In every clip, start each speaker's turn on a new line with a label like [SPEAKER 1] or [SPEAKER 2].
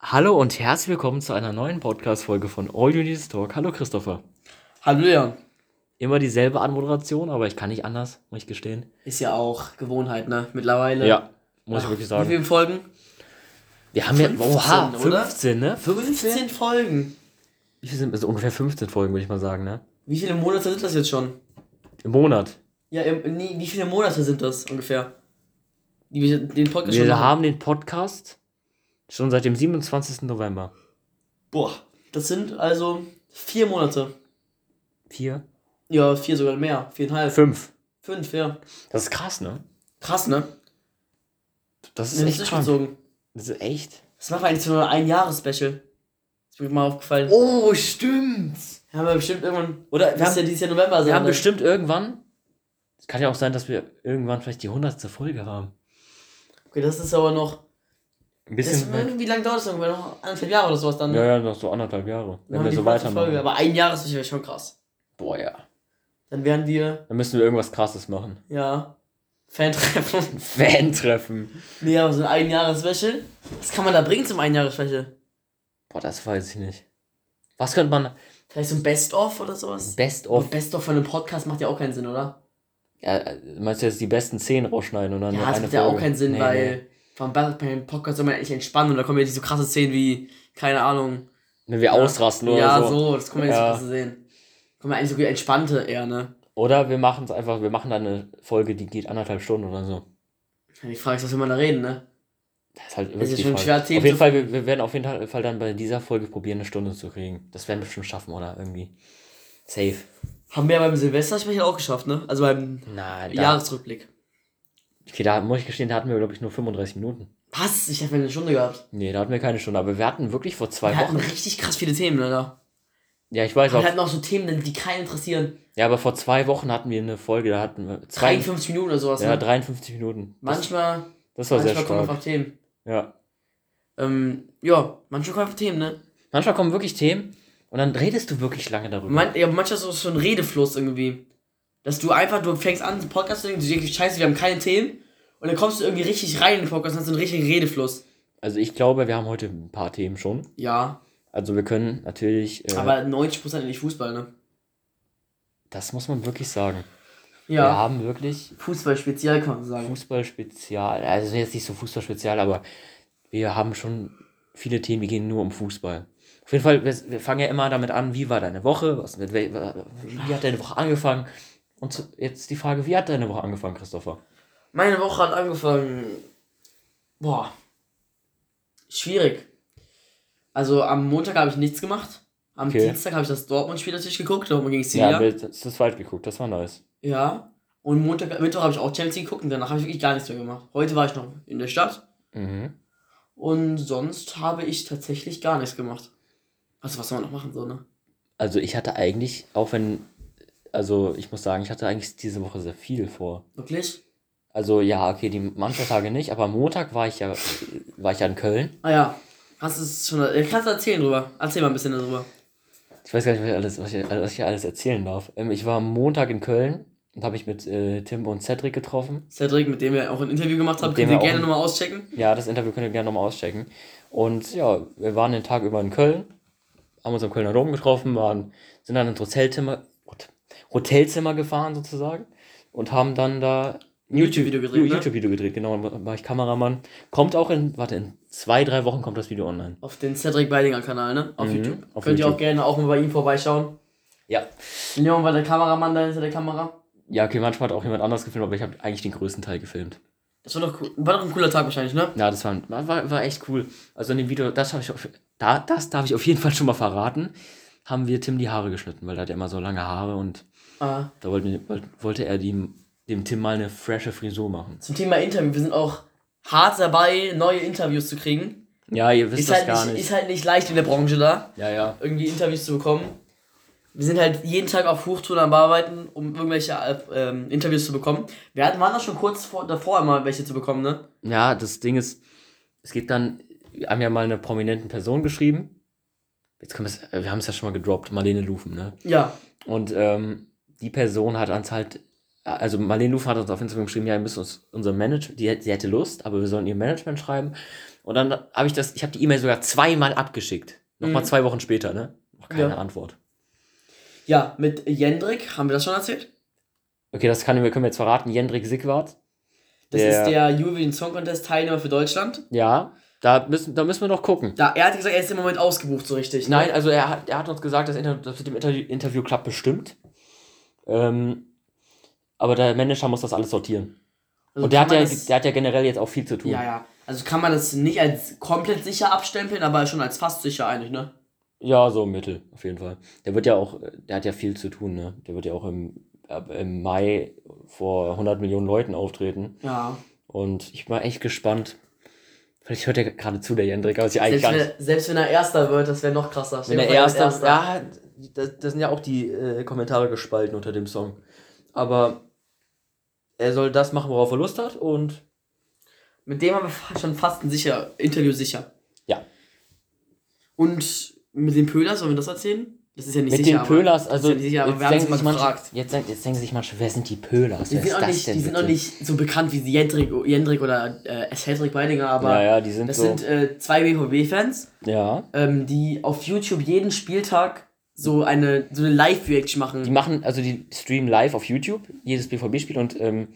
[SPEAKER 1] Hallo und herzlich willkommen zu einer neuen Podcast-Folge von All You Need Is Talk. Hallo Christopher.
[SPEAKER 2] Hallo Leon.
[SPEAKER 1] Immer dieselbe Anmoderation, aber ich kann nicht anders, muss ich gestehen.
[SPEAKER 2] Ist ja auch Gewohnheit, ne? Mittlerweile.
[SPEAKER 1] Ja, muss ich
[SPEAKER 2] Ach,
[SPEAKER 1] wirklich
[SPEAKER 2] Wie
[SPEAKER 1] sagen.
[SPEAKER 2] viele Folgen?
[SPEAKER 1] Wir haben ja,
[SPEAKER 2] 15,
[SPEAKER 1] oha,
[SPEAKER 2] oder?
[SPEAKER 1] 15, ne? 15?
[SPEAKER 2] 15 Folgen.
[SPEAKER 1] Wie viel sind also ungefähr 15 Folgen, würde ich mal sagen, ne?
[SPEAKER 2] Wie viele Monate sind das jetzt schon?
[SPEAKER 1] Im Monat.
[SPEAKER 2] Ja, im, nee, wie viele Monate sind das ungefähr? Die wir den Podcast schon
[SPEAKER 1] Wir
[SPEAKER 2] machen?
[SPEAKER 1] haben den Podcast schon seit dem 27. November.
[SPEAKER 2] Boah. Das sind also vier Monate.
[SPEAKER 1] Vier?
[SPEAKER 2] Ja, vier sogar mehr. Viereinhalb.
[SPEAKER 1] Fünf.
[SPEAKER 2] Fünf, ja.
[SPEAKER 1] Das ist krass, ne?
[SPEAKER 2] Krass, ne?
[SPEAKER 1] Das ist
[SPEAKER 2] Nee,
[SPEAKER 1] echt krank.
[SPEAKER 2] gezogen.
[SPEAKER 1] Das ist echt.
[SPEAKER 2] Das machen wir eigentlich so ein Jahres-Special. Ist mir mal aufgefallen.
[SPEAKER 1] Oh, stimmt.
[SPEAKER 2] Haben wir bestimmt irgendwann.
[SPEAKER 1] Oder wir
[SPEAKER 2] Das ist ja
[SPEAKER 1] haben,
[SPEAKER 2] dieses Jahr November sein.
[SPEAKER 1] wir haben
[SPEAKER 2] ne?
[SPEAKER 1] bestimmt irgendwann, es kann ja auch sein, dass wir irgendwann vielleicht die 100. Folge haben.
[SPEAKER 2] Okay, das ist aber noch.
[SPEAKER 1] Ein
[SPEAKER 2] Das,
[SPEAKER 1] bisschen weg.
[SPEAKER 2] wie lange dauert das noch? Noch anderthalb Jahre oder sowas dann? ne?
[SPEAKER 1] Ja, ja, noch so anderthalb Jahre. Wenn
[SPEAKER 2] Dann
[SPEAKER 1] wir
[SPEAKER 2] haben
[SPEAKER 1] so
[SPEAKER 2] die fünfte
[SPEAKER 1] weitermachen.
[SPEAKER 2] Folge, aber ein Jahres wäre schon krass.
[SPEAKER 1] Boah, ja.
[SPEAKER 2] Dann wären wir,
[SPEAKER 1] Dann müssen wir irgendwas krasses machen.
[SPEAKER 2] ja, Fan-Treffen.
[SPEAKER 1] Fan-Treffen.
[SPEAKER 2] nee, aber so ein ein Jahres Special. Was kann man da bringen zum ein Jahres Special?
[SPEAKER 1] Boah, das weiß ich nicht. Was könnte man.
[SPEAKER 2] Vielleicht so ein Best-of oder sowas?
[SPEAKER 1] Best
[SPEAKER 2] Aber
[SPEAKER 1] of.
[SPEAKER 2] Best-of von einem Podcast macht ja auch keinen Sinn, oder?
[SPEAKER 1] Ja, äh, meinst du jetzt die besten Szenen rausschneiden und dann
[SPEAKER 2] Ja,
[SPEAKER 1] nur
[SPEAKER 2] das
[SPEAKER 1] eine
[SPEAKER 2] macht ja auch
[SPEAKER 1] Folge?
[SPEAKER 2] keinen Sinn,
[SPEAKER 1] Nee,
[SPEAKER 2] weil
[SPEAKER 1] nee.
[SPEAKER 2] beim, Ba- beim Podcast soll man ja eigentlich entspannen und da kommen ja diese krasse Szenen wie, keine Ahnung.
[SPEAKER 1] Wenn wir ausrasten oder
[SPEAKER 2] ja,
[SPEAKER 1] so.
[SPEAKER 2] so. das kommen ja nicht
[SPEAKER 1] Ja.
[SPEAKER 2] so krasse Szenen. Kommen ja eigentlich so entspannte eher, ne?
[SPEAKER 1] Oder wir machen es einfach, wir machen dann eine Folge, die geht anderthalb Stunden oder so.
[SPEAKER 2] Ja, Die Frage ist, was will man da reden, ne?
[SPEAKER 1] Das ist halt
[SPEAKER 2] ist
[SPEAKER 1] wirklich
[SPEAKER 2] schon
[SPEAKER 1] die Frage.
[SPEAKER 2] schwer,
[SPEAKER 1] Auf
[SPEAKER 2] Themen
[SPEAKER 1] jeden
[SPEAKER 2] zu-
[SPEAKER 1] Fall, wir, wir werden auf jeden Fall dann bei dieser Folge probieren, eine Stunde zu kriegen. Das werden wir schon schaffen, oder? Irgendwie. Safe.
[SPEAKER 2] Haben wir ja beim Silvester-Special auch geschafft, ne? Also beim
[SPEAKER 1] Na, da,
[SPEAKER 2] Jahresrückblick.
[SPEAKER 1] Okay, da muss ich gestehen, da hatten wir, glaube ich, nur 35 Minuten.
[SPEAKER 2] Was? Ich habe eine Stunde gehabt.
[SPEAKER 1] Nee, da hatten wir keine Stunde, aber wir hatten wirklich vor zwei
[SPEAKER 2] Wir hatten
[SPEAKER 1] Wochen.
[SPEAKER 2] richtig krass viele Themen, Alter.
[SPEAKER 1] Ja, ich weiß
[SPEAKER 2] Wir
[SPEAKER 1] auch.
[SPEAKER 2] hatten auch so Themen, die keinen interessieren.
[SPEAKER 1] Ja, aber vor zwei Wochen hatten wir eine Folge, da hatten wir zwei,
[SPEAKER 2] 53 Minuten oder sowas.
[SPEAKER 1] ja,
[SPEAKER 2] ne?
[SPEAKER 1] 53 Minuten. Das,
[SPEAKER 2] Manchmal,
[SPEAKER 1] das war sehr
[SPEAKER 2] manchmal kommen
[SPEAKER 1] stark.
[SPEAKER 2] einfach Themen.
[SPEAKER 1] Ja.
[SPEAKER 2] Ähm, ja, manchmal kommen einfach Themen, ne?
[SPEAKER 1] Manchmal kommen wirklich Themen und dann redest du wirklich lange darüber.
[SPEAKER 2] Man, ja, manchmal ist es so ein Redefluss irgendwie. Dass du einfach, du fängst an, einen Podcast zu denken, du denkst, scheiße, wir haben keine Themen. Und dann kommst du irgendwie richtig rein in den Podcast und hast so einen richtigen Redefluss.
[SPEAKER 1] also ich glaube, wir haben heute ein paar Themen schon.
[SPEAKER 2] Ja,
[SPEAKER 1] Also wir können natürlich, äh,
[SPEAKER 2] aber 90% nicht Fußball, ne?
[SPEAKER 1] das muss man wirklich sagen. Wir
[SPEAKER 2] Ja.
[SPEAKER 1] haben wirklich
[SPEAKER 2] Fußball-Spezial kann man sagen.
[SPEAKER 1] Fußballspezial, also jetzt nicht so Fußballspezial, aber wir haben schon viele Themen, die gehen nur um Fußball. Auf jeden Fall, wir, wir fangen ja immer damit an, wie war deine Woche, was, mit, wel- wie hat deine Woche angefangen? Und zu- jetzt die Frage, wie hat deine Woche angefangen, Christopher?
[SPEAKER 2] Meine Woche hat angefangen. Boah. Schwierig. Also am Montag habe ich nichts gemacht. Am
[SPEAKER 1] Okay.
[SPEAKER 2] Dienstag habe ich das Dortmund-Spiel natürlich geguckt, Dortmund gegen
[SPEAKER 1] Ja,
[SPEAKER 2] Sevilla.
[SPEAKER 1] ja
[SPEAKER 2] Ja.
[SPEAKER 1] wir haben zu zweit geguckt, das war nice.
[SPEAKER 2] Und Montag, Mittwoch habe ich auch Champions League geguckt und danach habe ich wirklich gar nichts mehr gemacht. Heute war ich noch in der Stadt
[SPEAKER 1] Mhm.
[SPEAKER 2] und sonst habe ich tatsächlich gar nichts gemacht. Also was soll man noch machen, so, ne?
[SPEAKER 1] Also ich hatte eigentlich, auch wenn, also ich muss sagen, ich hatte eigentlich diese Woche sehr viel vor.
[SPEAKER 2] Wirklich?
[SPEAKER 1] Also ja, okay, die manche Tage nicht, aber am Montag war ich ja, war ich ja in Köln.
[SPEAKER 2] Ah ja. Hast du es schon. äh, Kannst du erzählen drüber? Erzähl mal ein bisschen darüber.
[SPEAKER 1] Ich weiß gar nicht, was ich alles, was ich, was ich alles erzählen darf. Ähm, ich war am Montag in Köln und habe mich mit äh, Tim und Cedric getroffen.
[SPEAKER 2] Cedric, mit dem wir auch ein Interview gemacht haben,
[SPEAKER 1] Mit dem
[SPEAKER 2] könnt ihr
[SPEAKER 1] wir auch
[SPEAKER 2] gerne
[SPEAKER 1] ein-
[SPEAKER 2] nochmal auschecken.
[SPEAKER 1] Ja, das Interview könnt ihr gerne nochmal auschecken. Und ja, wir waren den Tag über in Köln, haben uns am Kölner Dom getroffen, waren, sind dann ins Hotelzimmer, Hot- Hotelzimmer gefahren sozusagen und haben dann da ein
[SPEAKER 2] YouTube-Video gedreht, ne?
[SPEAKER 1] YouTube-Video gedreht, genau. Da war ich Kameramann. Kommt auch in, warte, in zwei, drei Wochen kommt das Video online.
[SPEAKER 2] Auf den Cedric Beidinger Kanal, ne? Auf
[SPEAKER 1] Mhm,
[SPEAKER 2] YouTube.
[SPEAKER 1] auf
[SPEAKER 2] Könnt ihr auch
[SPEAKER 1] YouTube.
[SPEAKER 2] gerne auch mal bei ihm vorbeischauen.
[SPEAKER 1] Ja.
[SPEAKER 2] Leon war der Kameramann da hinter der Kamera.
[SPEAKER 1] Ja, okay, manchmal hat auch jemand anders gefilmt, aber ich habe eigentlich den größten Teil gefilmt.
[SPEAKER 2] Das war doch, cool. war doch ein cooler Tag wahrscheinlich, ne?
[SPEAKER 1] Ja, das war, war, war echt cool. Also in dem Video, das habe ich auf, da, das darf ich auf jeden Fall schon mal verraten, haben wir Tim die Haare geschnitten, weil er hat ja immer so lange Haare und
[SPEAKER 2] Ah,
[SPEAKER 1] da wollte, wollte er dem, dem Tim mal eine frische Frisur machen.
[SPEAKER 2] zum Thema Interview. Wir sind auch hart dabei, neue Interviews zu kriegen.
[SPEAKER 1] Ja, ihr wisst
[SPEAKER 2] Ist,
[SPEAKER 1] das
[SPEAKER 2] halt
[SPEAKER 1] gar
[SPEAKER 2] nicht,
[SPEAKER 1] nicht.
[SPEAKER 2] ist halt nicht leicht in der Branche da,
[SPEAKER 1] Ja, ja.
[SPEAKER 2] irgendwie Interviews zu bekommen. Wir sind halt jeden Tag auf Hochtouren am Bearbeiten, um irgendwelche äh, ähm, Interviews zu bekommen. Wir hatten, waren da schon kurz vor, davor, immer welche zu bekommen, ne?
[SPEAKER 1] Ja, das Ding ist, es gibt dann, wir haben ja mal eine prominenten Person geschrieben. Jetzt können wir's- äh, wir haben es ja schon mal gedroppt, Marlene Lufen, ne?
[SPEAKER 2] Ja,
[SPEAKER 1] Und ähm, die Person hat uns halt also Marlene Lufa hat uns auf Instagram geschrieben, ja, wir müssen uns unser Manager, die, hat- sie hätte Lust, aber wir sollen ihr Management schreiben. Und dann habe ich das, ich habe die E-Mail sogar zweimal abgeschickt. Nochmal
[SPEAKER 2] Mhm.
[SPEAKER 1] zwei Wochen später, ne? Noch keine
[SPEAKER 2] Ja.
[SPEAKER 1] Antwort.
[SPEAKER 2] Ja, mit Jendrik, haben wir das schon erzählt?
[SPEAKER 1] Okay, das kann, wir können wir jetzt verraten. Jendrik Sigwart.
[SPEAKER 2] Das
[SPEAKER 1] Der-
[SPEAKER 2] ist der Juwelen Song Contest Teilnehmer für Deutschland.
[SPEAKER 1] Ja, da müssen, da müssen wir noch gucken.
[SPEAKER 2] Da, er hat gesagt, er ist im Moment ausgebucht, so richtig. ne?
[SPEAKER 1] Nein, also er hat, er hat uns gesagt, das, Inter das mit dem Interview, Interview klappt bestimmt. Ähm, aber der Manager muss das alles sortieren.
[SPEAKER 2] Also
[SPEAKER 1] Und der
[SPEAKER 2] kann
[SPEAKER 1] hat, ja,
[SPEAKER 2] man das,
[SPEAKER 1] der hat ja generell jetzt auch viel zu tun.
[SPEAKER 2] ja, ja. Also kann man das nicht als komplett sicher abstempeln, aber schon als fast sicher eigentlich, ne?
[SPEAKER 1] Ja, so Mittel, auf jeden Fall. Der wird ja auch, äh, der hat ja viel zu tun, ne? Der wird ja auch im, ab- im Mai vor 100 Millionen Leuten auftreten.
[SPEAKER 2] Ja.
[SPEAKER 1] Und ich bin echt gespannt. Vielleicht hört er gerade zu, der Jendrik, aber ich eigentlich
[SPEAKER 2] Selbst
[SPEAKER 1] gar
[SPEAKER 2] wenn,
[SPEAKER 1] nicht.
[SPEAKER 2] er, selbst wenn er Erster wird, das wäre noch krasser.
[SPEAKER 1] Wenn er erster, ja, das, das sind ja auch die äh, Kommentare gespalten unter dem Song. Aber er soll das machen, worauf er Lust hat und
[SPEAKER 2] Mit dem haben wir fa- schon fast ein sicher, Interview sicher.
[SPEAKER 1] Ja.
[SPEAKER 2] Und mit dem Pöhler, sollen wir das erzählen? Das ist ja nicht
[SPEAKER 1] mit
[SPEAKER 2] sicher.
[SPEAKER 1] den
[SPEAKER 2] aber-
[SPEAKER 1] Pölers,
[SPEAKER 2] das
[SPEAKER 1] also
[SPEAKER 2] ist ja nicht sicher, aber
[SPEAKER 1] jetzt
[SPEAKER 2] wir haben
[SPEAKER 1] denken
[SPEAKER 2] sie mal
[SPEAKER 1] sich manche-
[SPEAKER 2] gefragt.
[SPEAKER 1] Jetzt, denk- jetzt denken sich manche, wer sind die Pölers?
[SPEAKER 2] Die
[SPEAKER 1] Wer
[SPEAKER 2] sind,
[SPEAKER 1] ist
[SPEAKER 2] auch
[SPEAKER 1] das
[SPEAKER 2] nicht,
[SPEAKER 1] denn
[SPEAKER 2] die sind auch
[SPEAKER 1] bitte?
[SPEAKER 2] nicht so bekannt wie Jendrik, Jendrik oder äh, Cedric Weidinger, aber
[SPEAKER 1] Ja, ja, die sind
[SPEAKER 2] das
[SPEAKER 1] so.
[SPEAKER 2] sind äh, zwei BVB-Fans,
[SPEAKER 1] ja.
[SPEAKER 2] ähm, die auf YouTube jeden Spieltag so eine, so eine
[SPEAKER 1] Die
[SPEAKER 2] Live-Reaction machen.
[SPEAKER 1] machen, also die streamen live auf YouTube, jedes BVB-Spiel und ähm,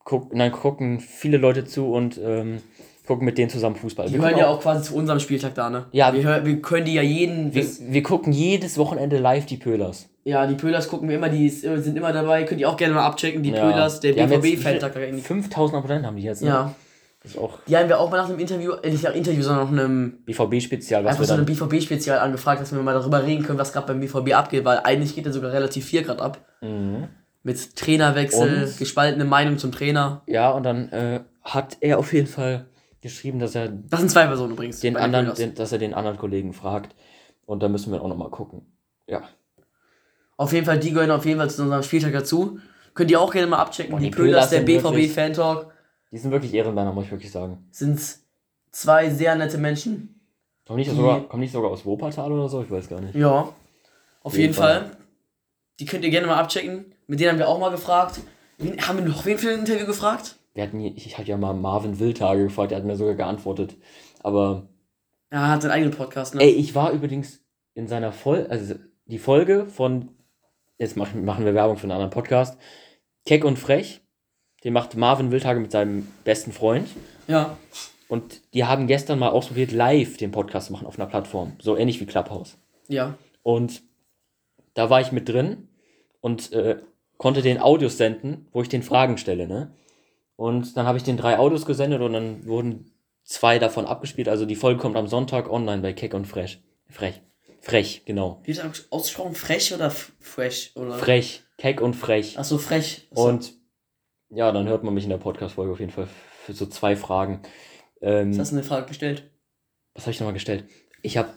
[SPEAKER 1] guck, nein, gucken viele Leute zu und ähm, gucken mit denen zusammen Fußball.
[SPEAKER 2] Die
[SPEAKER 1] wir
[SPEAKER 2] hören
[SPEAKER 1] gucken
[SPEAKER 2] ja auch quasi zu unserem Spieltag da, ne?
[SPEAKER 1] Ja.
[SPEAKER 2] Wir, hör, wir können die ja jeden.
[SPEAKER 1] Wir, wir gucken jedes Wochenende live die Pölers.
[SPEAKER 2] ja, die Pölers gucken wir immer, die ist, sind immer dabei. Könnt ihr auch gerne mal abchecken, die Pölers, der
[SPEAKER 1] Die haben jetzt-
[SPEAKER 2] BVB-Feldtag
[SPEAKER 1] wie viel-
[SPEAKER 2] eigentlich.
[SPEAKER 1] 5000 Abonnenten haben die jetzt. Ne?
[SPEAKER 2] Ja.
[SPEAKER 1] Das ist auch
[SPEAKER 2] Die haben wir auch mal nach einem Interview, äh, nicht nach einem Interview, sondern nach einem,
[SPEAKER 1] BVB-Spezial, was
[SPEAKER 2] einfach
[SPEAKER 1] wir
[SPEAKER 2] so
[SPEAKER 1] dann.
[SPEAKER 2] einem BVB-Spezial angefragt, dass wir mal darüber reden können, was gerade beim BVB abgeht, weil eigentlich geht da sogar relativ viel gerade ab.
[SPEAKER 1] Mhm.
[SPEAKER 2] Mit Trainerwechsel,
[SPEAKER 1] Und?
[SPEAKER 2] gespaltene Meinung zum Trainer.
[SPEAKER 1] Ja, und dann äh, hat er auf jeden Fall geschrieben, dass er
[SPEAKER 2] Das sind zwei Personen übrigens.
[SPEAKER 1] den
[SPEAKER 2] bei den
[SPEAKER 1] anderen,
[SPEAKER 2] Pölers.
[SPEAKER 1] den, dass er den anderen Kollegen fragt. Und da müssen wir auch nochmal gucken. Ja.
[SPEAKER 2] Auf jeden Fall, die gehören auf jeden Fall zu unserem Spieltag dazu. Könnt ihr auch gerne mal abchecken.
[SPEAKER 1] Boah,
[SPEAKER 2] die
[SPEAKER 1] die Pölers
[SPEAKER 2] Pölers, der
[SPEAKER 1] sind
[SPEAKER 2] BVB
[SPEAKER 1] wirklich-
[SPEAKER 2] Fan Talk,
[SPEAKER 1] Die sind wirklich Ehrenmänner, muss ich wirklich sagen.
[SPEAKER 2] sind zwei sehr nette Menschen.
[SPEAKER 1] Kommen nicht,
[SPEAKER 2] Die-
[SPEAKER 1] sogar, kommen nicht sogar aus Wuppertal oder so? Ich weiß gar nicht.
[SPEAKER 2] Ja. Auf jeden,
[SPEAKER 1] jeden
[SPEAKER 2] Fall. Die könnt ihr gerne mal abchecken. Mit denen haben wir auch mal gefragt. Wen, haben wir noch wen für ein Interview gefragt?
[SPEAKER 1] Wir hatten, hier- ich hatte ja mal Marvin Wildtage gefragt, der hat mir sogar geantwortet. Aber,
[SPEAKER 2] Ja, er hat seinen eigenen Podcast, ne?
[SPEAKER 1] ey, ich war übrigens in seiner Folge, also die Folge von, jetzt machen, machen wir Werbung für einen anderen Podcast, Keck und Frech, den macht Marvin Wildtage mit seinem besten Freund.
[SPEAKER 2] Ja.
[SPEAKER 1] Und die haben gestern mal ausprobiert, live den Podcast zu machen auf einer Plattform. So ähnlich wie Clubhouse.
[SPEAKER 2] Ja.
[SPEAKER 1] Und da war ich mit drin und äh, konnte den Audios senden, wo ich den Fragen stelle, ne? Und dann habe ich den drei Audios gesendet und dann wurden zwei davon abgespielt. Also die Folge kommt am Sonntag online bei Keck und Fresh. Frech. Frech, genau.
[SPEAKER 2] Wie wird das ausgesprochen? Frech oder f- fresh? Oder?
[SPEAKER 1] Frech. Keck und Frech.
[SPEAKER 2] Achso, frech. Achso.
[SPEAKER 1] Und ja, dann hört man mich in der Podcast-Folge auf jeden Fall für so zwei Fragen. Ähm,
[SPEAKER 2] Jetzt hast du eine Frage gestellt.
[SPEAKER 1] was habe ich nochmal gestellt? Ich habe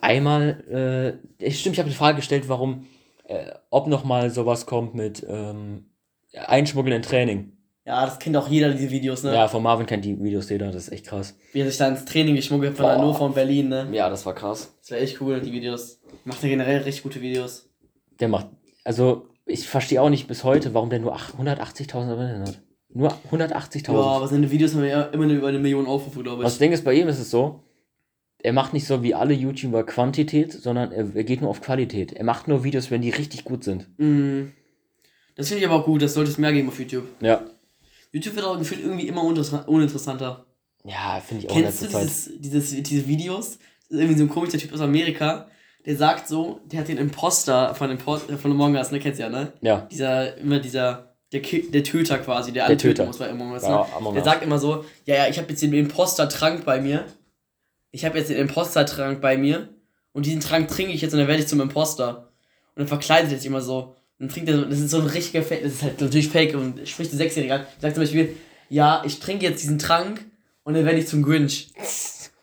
[SPEAKER 1] einmal, äh, ich, stimmt, ich habe die Frage gestellt, warum, äh, ob nochmal sowas kommt mit ähm, Einschmuggeln in Training.
[SPEAKER 2] Ja, das kennt auch jeder, diese Videos, ne?
[SPEAKER 1] Ja, von Marvin kennt die Videos jeder, das ist echt krass.
[SPEAKER 2] Wie er sich da ins Training geschmuggelt hat von
[SPEAKER 1] Boah.
[SPEAKER 2] Hannover und Berlin, ne?
[SPEAKER 1] Ja, das war krass.
[SPEAKER 2] Das wäre echt cool, die Videos. Macht er generell richtig gute Videos.
[SPEAKER 1] Der macht, also ich verstehe auch nicht bis heute, warum der nur ach- 180.000 Abonnenten hat. Nur 180.000.
[SPEAKER 2] Ja, aber seine Videos haben ja immer nur über eine Million Aufrufe, glaube
[SPEAKER 1] Das
[SPEAKER 2] ich.
[SPEAKER 1] Ding ist, bei ihm ist es so, er macht nicht so wie alle YouTuber Quantität, sondern er, er geht nur auf Qualität. Er macht nur Videos, wenn die richtig gut sind.
[SPEAKER 2] Mm. Das finde ich aber auch gut, das sollte es mehr geben auf YouTube.
[SPEAKER 1] Ja.
[SPEAKER 2] YouTube wird auch gefühlt irgendwie immer uninteress- uninteressanter.
[SPEAKER 1] Ja, finde ich auch in
[SPEAKER 2] Kennst du
[SPEAKER 1] letzter Zeit.
[SPEAKER 2] dieses, dieses, diese Videos? Das ist irgendwie so ein komischer Typ aus Amerika, der sagt so, der hat den Imposter von, Imposter, von Among Us, ne, kennst du ja, ne?
[SPEAKER 1] Ja.
[SPEAKER 2] Dieser, immer dieser, der, Ki- der Töter quasi, der alle töten
[SPEAKER 1] Töter.
[SPEAKER 2] muss bei Among Us, ne?
[SPEAKER 1] ja Among
[SPEAKER 2] Der
[SPEAKER 1] Us.
[SPEAKER 2] sagt immer so, ja, ja, ich habe jetzt den Imposter-Trank bei mir. Ich habe jetzt den Imposter-Trank bei mir. Und diesen Trank trinke ich jetzt und dann werde ich zum Imposter. Und dann verkleidet er sich immer so. Und dann trinkt er so, das ist so ein richtiger Fake, das ist halt natürlich Fake und spricht die Sechsjährige an. Sagt zum Beispiel, ja, ich trinke jetzt diesen Trank und dann werde ich zum Grinch.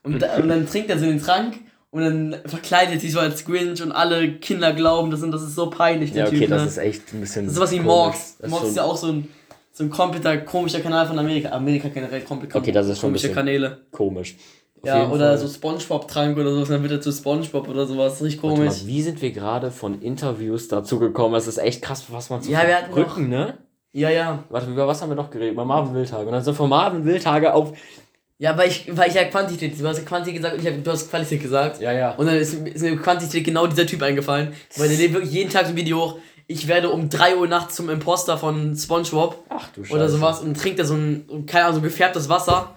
[SPEAKER 2] Und, da, und dann trinkt er so den Trank und dann verkleidet sich so als Grinch und alle Kinder glauben das und das ist so peinlich, der
[SPEAKER 1] ja, okay,
[SPEAKER 2] Typ.
[SPEAKER 1] das
[SPEAKER 2] ne?
[SPEAKER 1] ist echt ein bisschen.
[SPEAKER 2] Das ist sowas wie
[SPEAKER 1] komisch.
[SPEAKER 2] Morgs.
[SPEAKER 1] Das ist
[SPEAKER 2] Morgs ist ja
[SPEAKER 1] schon
[SPEAKER 2] auch so ein, so ein kompletter, komischer Kanal von Amerika. Amerika generell komplett
[SPEAKER 1] Okay, das ist schon ein
[SPEAKER 2] komische
[SPEAKER 1] bisschen-
[SPEAKER 2] Kanäle.
[SPEAKER 1] komisch. Auf
[SPEAKER 2] Ja,
[SPEAKER 1] jeden
[SPEAKER 2] oder
[SPEAKER 1] Fall.
[SPEAKER 2] so Spongebob-Trank oder sowas, dann wird er zu Spongebob oder sowas. Richtig
[SPEAKER 1] Warte
[SPEAKER 2] komisch.
[SPEAKER 1] Mal, wie sind wir gerade von Interviews dazu gekommen? Es ist echt krass, was man zu
[SPEAKER 2] Ja, wir hatten
[SPEAKER 1] Rücken, ne?
[SPEAKER 2] Ja, ja.
[SPEAKER 1] Warte, über was haben wir noch geredet? Über Marvin Wildtage. Und dann sind wir von Marvin Wildtage auf.
[SPEAKER 2] Ja, weil ich, weil ich ja Quantität, du hast ja Quantität gesagt und ich hab, du hast Qualität gesagt.
[SPEAKER 1] Ja, ja.
[SPEAKER 2] Und dann ist, ist mir Quantität genau dieser Typ eingefallen, weil der lädt wirklich jeden Tag so ein Video hoch. Ich werde um 3 Uhr nachts zum Imposter von SpongeBob
[SPEAKER 1] Ach du Scheiße.
[SPEAKER 2] oder sowas und trinkt da so ein, keine Ahnung, so gefärbtes Wasser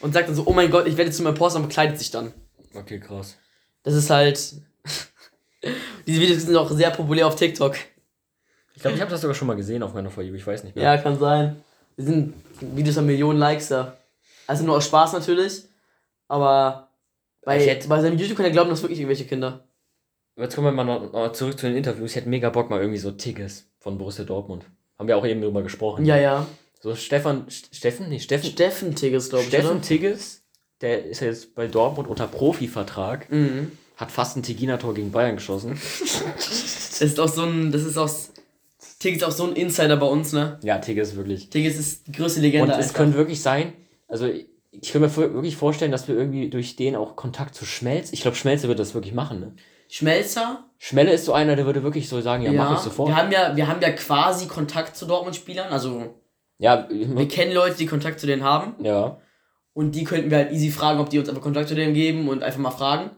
[SPEAKER 2] und sagt dann so, oh mein Gott, ich werde zum Imposter und bekleidet sich dann.
[SPEAKER 1] Okay, krass.
[SPEAKER 2] Das ist halt. Diese Videos sind auch sehr populär auf TikTok.
[SPEAKER 1] Ich glaube, ich habe das sogar schon mal gesehen auf meiner Vorliebe. Ich weiß nicht mehr.
[SPEAKER 2] Ja, kann sein. Die sind Videos haben Millionen Likes da. Also nur aus Spaß natürlich. Aber bei,
[SPEAKER 1] Ich hätte-
[SPEAKER 2] bei seinem YouTube-Kanal glauben das wirklich irgendwelche Kinder.
[SPEAKER 1] Jetzt kommen wir mal noch, noch zurück zu den Interviews. Ich hätte mega Bock mal irgendwie so Tigges von Borussia Dortmund. Haben wir auch eben drüber gesprochen.
[SPEAKER 2] Ja, ja.
[SPEAKER 1] So Stefan, St- Steffen, nee, Steffen,
[SPEAKER 2] Steffen Tigges, glaube ich.
[SPEAKER 1] Steffen
[SPEAKER 2] Steffen.
[SPEAKER 1] Tigges, der ist ja jetzt bei Dortmund unter Profivertrag,
[SPEAKER 2] Oder? Mhm.
[SPEAKER 1] hat fast ein Tigina-Tor gegen Bayern geschossen.
[SPEAKER 2] Das ist auch so ein. Das ist auch. Tigges ist auch so ein Insider bei uns, ne?
[SPEAKER 1] Ja, Tigges wirklich.
[SPEAKER 2] Tigges ist die größte Legende.
[SPEAKER 1] Und es
[SPEAKER 2] einfach.
[SPEAKER 1] könnte wirklich sein, also ich- ich könnte mir vor- wirklich vorstellen, dass wir irgendwie durch den auch Kontakt zu Schmelz, ich glaube, Schmelze würde das wirklich machen, ne?
[SPEAKER 2] Schmelzer?
[SPEAKER 1] Schmelle ist so einer, der würde wirklich so sagen, ja, mach ich sofort.
[SPEAKER 2] Wir haben ja, wir haben ja quasi Kontakt zu Dortmund-Spielern. Also,
[SPEAKER 1] Ja,
[SPEAKER 2] wir kennen Leute, die Kontakt zu denen haben.
[SPEAKER 1] ja.
[SPEAKER 2] Und die könnten wir halt easy fragen, ob die uns einfach Kontakt zu denen geben und einfach mal fragen.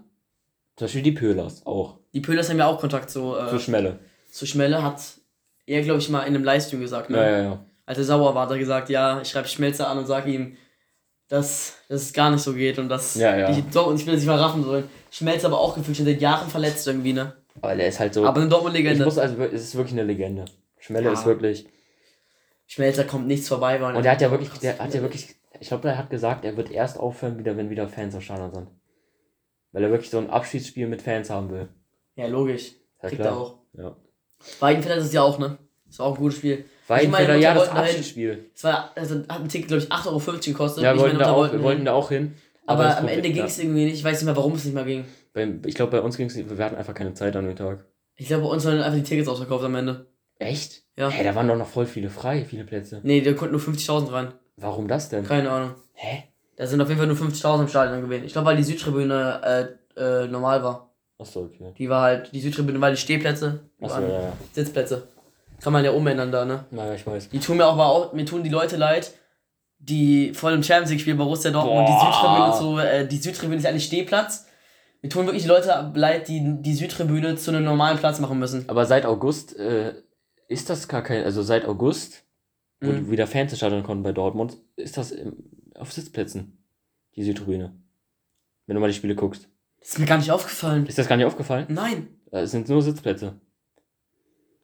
[SPEAKER 1] Zum Beispiel die Pöhlers auch.
[SPEAKER 2] Die Pöhlers haben ja auch Kontakt zu, äh,
[SPEAKER 1] Zu Schmelle.
[SPEAKER 2] zu Schmelle, hat er, glaube ich, mal in einem Livestream gesagt, ne?
[SPEAKER 1] Ja, ja, ja.
[SPEAKER 2] Als er sauer war, hat er gesagt, ja, ich schreibe Schmelzer an und sage ihm, dass, dass es gar nicht so geht und dass
[SPEAKER 1] Ja, ja.
[SPEAKER 2] die Dortmund Spieler sich mal raffen sollen. Schmelzer aber auch gefühlt schon seit Jahren verletzt irgendwie, ne?
[SPEAKER 1] Aber der ist halt so.
[SPEAKER 2] Aber eine
[SPEAKER 1] ich
[SPEAKER 2] Dortmund-Legende.
[SPEAKER 1] muss also, es ist wirklich eine Legende. Schmelle
[SPEAKER 2] Ja.
[SPEAKER 1] ist wirklich.
[SPEAKER 2] Schmelzer kommt nichts vorbei, Mann.
[SPEAKER 1] Und der hat ja wirklich, der hat ja wirklich, ich glaube, er hat gesagt, er wird erst aufhören, wieder, wenn wieder Fans am Stadion sind. Weil er wirklich so ein Abschiedsspiel mit Fans haben will.
[SPEAKER 2] Ja, logisch.
[SPEAKER 1] Ja,
[SPEAKER 2] Kriegt
[SPEAKER 1] klar.
[SPEAKER 2] er auch.
[SPEAKER 1] Ja.
[SPEAKER 2] Weidenfeller ist es ja auch, ne? Ist auch ein gutes Spiel.
[SPEAKER 1] Weidenfelder,
[SPEAKER 2] meine halt
[SPEAKER 1] ja, das
[SPEAKER 2] Mutter wollte
[SPEAKER 1] Abschiedsspiel.
[SPEAKER 2] Es war, also hat ein Ticket, glaube ich, 8,50 Euro gekostet.
[SPEAKER 1] Ja,
[SPEAKER 2] Ich
[SPEAKER 1] wir wollten,
[SPEAKER 2] meine,
[SPEAKER 1] da
[SPEAKER 2] Mutter
[SPEAKER 1] auch,
[SPEAKER 2] wollten
[SPEAKER 1] wir
[SPEAKER 2] hin.
[SPEAKER 1] wollten da auch hin.
[SPEAKER 2] ne? Aber
[SPEAKER 1] das
[SPEAKER 2] am
[SPEAKER 1] Publikum-
[SPEAKER 2] Ende ging es irgendwie nicht. Ich weiß nicht mehr, warum es nicht mehr ging.
[SPEAKER 1] Beim- Ich glaube, bei uns ging es, wir hatten einfach keine Zeit an dem Tag.
[SPEAKER 2] Ich glaube, bei uns waren einfach die Tickets ausverkauft am Ende.
[SPEAKER 1] Echt?
[SPEAKER 2] Ja.
[SPEAKER 1] Hä, da waren doch noch voll viele frei, viele Plätze.
[SPEAKER 2] Nee, da konnten nur 50.000 rein.
[SPEAKER 1] Warum das denn?
[SPEAKER 2] Keine Ahnung.
[SPEAKER 1] Hä?
[SPEAKER 2] Da sind auf jeden Fall nur 50.000 im Stadion gewesen. Ich glaube, weil die Südtribüne äh, äh, normal war.
[SPEAKER 1] Achso, okay.
[SPEAKER 2] Die war halt, die Südtribüne war die Stehplätze, die
[SPEAKER 1] Achso,
[SPEAKER 2] waren
[SPEAKER 1] ja, ja.
[SPEAKER 2] Sitzplätze. Kann man ja umändern da, ne?
[SPEAKER 1] Naja, ich weiß.
[SPEAKER 2] Die tun mir auch mal, au- mir tun die Leute leid, die vor dem Champions League-Spiel Borussia Dortmund die
[SPEAKER 1] Boah.
[SPEAKER 2] Südtribüne zu, äh, die Südtribüne ist eigentlich Stehplatz. Mir tun wirklich die Leute leid, die die Südtribüne zu einem normalen Platz machen müssen.
[SPEAKER 1] Aber seit August äh, ist das gar kein, also seit August, wo
[SPEAKER 2] Mhm.
[SPEAKER 1] wieder Fans ins Stadion konnten bei Dortmund, ist das im, auf Sitzplätzen, die Südtribüne. Wenn du mal die Spiele guckst.
[SPEAKER 2] Das ist mir gar nicht aufgefallen.
[SPEAKER 1] Ist das gar nicht aufgefallen?
[SPEAKER 2] Nein,
[SPEAKER 1] Äh, Es sind nur Sitzplätze.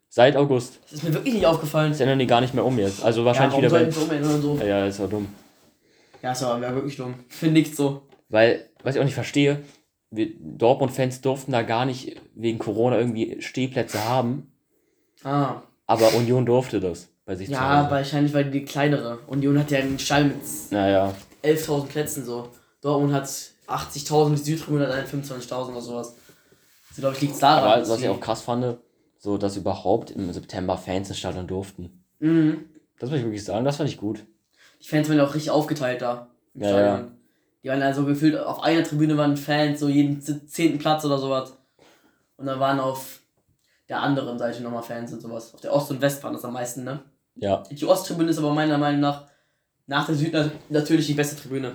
[SPEAKER 1] Seit August.
[SPEAKER 2] das ist mir wirklich nicht aufgefallen.
[SPEAKER 1] Das ändern die gar nicht mehr um jetzt. Also wahrscheinlich
[SPEAKER 2] ja,
[SPEAKER 1] wieder
[SPEAKER 2] warum
[SPEAKER 1] bei.
[SPEAKER 2] sollen wir uns umändern und so?
[SPEAKER 1] Ja, ja, ist ja dumm.
[SPEAKER 2] Ja, ist aber wäre wirklich dumm. Finde ich so.
[SPEAKER 1] Weil, was ich auch nicht verstehe, wir Dortmund-Fans durften da gar nicht wegen Corona irgendwie Stehplätze haben,
[SPEAKER 2] Ah.
[SPEAKER 1] aber Union durfte das bei sich zu
[SPEAKER 2] Ja,
[SPEAKER 1] Hause.
[SPEAKER 2] wahrscheinlich weil die kleinere. Union hat ja einen Stall mit
[SPEAKER 1] Naja,
[SPEAKER 2] 11.000 Plätzen so. Dortmund hat 80.000, die Südtribüne hat 25.000 oder sowas. Also, glaube ich, liegt daran.
[SPEAKER 1] Aber
[SPEAKER 2] dass
[SPEAKER 1] was
[SPEAKER 2] die-
[SPEAKER 1] ich auch krass fand, so dass überhaupt im September Fans ins Stadion durften.
[SPEAKER 2] Mhm.
[SPEAKER 1] Das muss ich wirklich sagen, das fand ich gut.
[SPEAKER 2] Die Fans waren ja auch richtig aufgeteilt da. Im
[SPEAKER 1] Ja,
[SPEAKER 2] Stadion. Die waren also gefühlt, auf einer Tribüne waren Fans, so jeden z- zehnten Platz oder sowas. Und dann waren auf der anderen Seite nochmal Fans und sowas. Auf der Ost- und West waren das am meisten, ne?
[SPEAKER 1] Ja.
[SPEAKER 2] Die Osttribüne ist aber meiner Meinung nach nach der Süd nat- natürlich die beste Tribüne.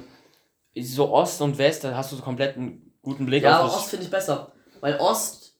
[SPEAKER 1] So Ost und West, da hast du so komplett einen guten Blick
[SPEAKER 2] Ja,
[SPEAKER 1] auf
[SPEAKER 2] aber
[SPEAKER 1] das.
[SPEAKER 2] Ost finde ich besser. Weil Ost,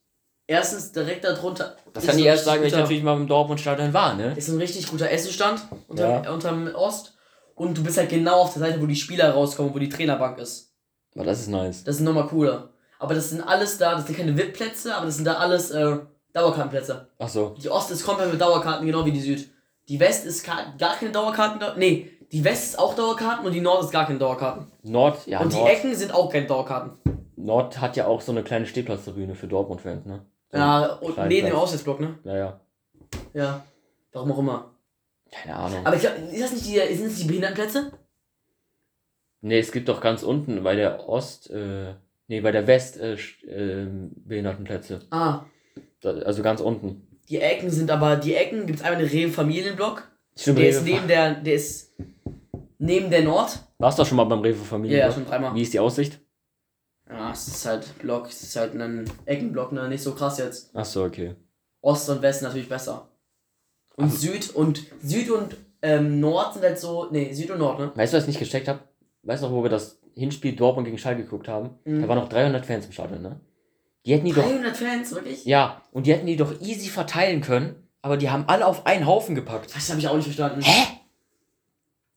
[SPEAKER 2] erstens direkt darunter.
[SPEAKER 1] das
[SPEAKER 2] ist
[SPEAKER 1] kann ich
[SPEAKER 2] ein
[SPEAKER 1] erst sagen, wenn
[SPEAKER 2] richtig
[SPEAKER 1] ich natürlich mal im Dortmund-Stadion war, ne?
[SPEAKER 2] guter- Ist ein richtig guter Essenstand unterm,
[SPEAKER 1] Ja.
[SPEAKER 2] unterm Ost. Und du bist halt genau auf der Seite, wo die Spieler rauskommen, wo die Trainerbank ist.
[SPEAKER 1] Aber das ist nice.
[SPEAKER 2] Das ist nochmal cooler. Aber das sind alles da, das sind keine VIP-Plätze, aber das sind da alles äh, Dauerkartenplätze.
[SPEAKER 1] Ach so.
[SPEAKER 2] Die Ost ist komplett mit Dauerkarten, genau wie die Süd. Die West ist ka- gar keine Dauerkarten. Nee, die West ist auch Dauerkarten und die Nord ist gar keine Dauerkarten.
[SPEAKER 1] Nord, ja,
[SPEAKER 2] und die
[SPEAKER 1] Nord,
[SPEAKER 2] Ecken sind auch keine Dauerkarten.
[SPEAKER 1] Nord hat ja auch so eine kleine Stehplatztribüne für Dortmund-Fans, ne? So,
[SPEAKER 2] Ja, und
[SPEAKER 1] kleinen
[SPEAKER 2] neben dem
[SPEAKER 1] Platz.
[SPEAKER 2] Auswärtsblock, ne?
[SPEAKER 1] Naja.
[SPEAKER 2] Ja. Warum auch immer.
[SPEAKER 1] Keine Ahnung.
[SPEAKER 2] Aber ich glaube, ist das nicht die, sind das die Behindertenplätze?
[SPEAKER 1] nee, es gibt doch ganz unten bei der Ost, äh, nee, bei der West äh, Sch- ähm, Behindertenplätze.
[SPEAKER 2] Ah,
[SPEAKER 1] Da, also ganz unten.
[SPEAKER 2] die Ecken sind aber, die Ecken gibt es einmal den Rewe-Familienblock.
[SPEAKER 1] Stimmt,
[SPEAKER 2] Der ist
[SPEAKER 1] Rewe-
[SPEAKER 2] neben der, der ist neben der Nord.
[SPEAKER 1] Warst du doch schon mal beim Rewe
[SPEAKER 2] Ja,
[SPEAKER 1] Familie?
[SPEAKER 2] ja, schon dreimal.
[SPEAKER 1] Wie ist die Aussicht?
[SPEAKER 2] Ja, es ist halt Block, es ist halt ein Eckenblock, ne? Nicht so krass jetzt.
[SPEAKER 1] Achso, okay.
[SPEAKER 2] Ost und West natürlich besser. Und
[SPEAKER 1] Also
[SPEAKER 2] Süd und Süd und ähm, Nord sind halt so. Nee, Süd und Nord, ne?
[SPEAKER 1] Weißt du, was ich nicht gecheckt habe? Weißt du noch, wo wir das Hinspiel Dortmund gegen Schalke geguckt haben?
[SPEAKER 2] Mhm.
[SPEAKER 1] Da waren noch 300 Fans im Stadion, ne? Die hätten die doch.
[SPEAKER 2] 300 Fans, wirklich?
[SPEAKER 1] Ja, und die hätten die doch easy verteilen können, aber die haben alle auf einen Haufen gepackt.
[SPEAKER 2] Das habe ich auch nicht verstanden.
[SPEAKER 1] Hä?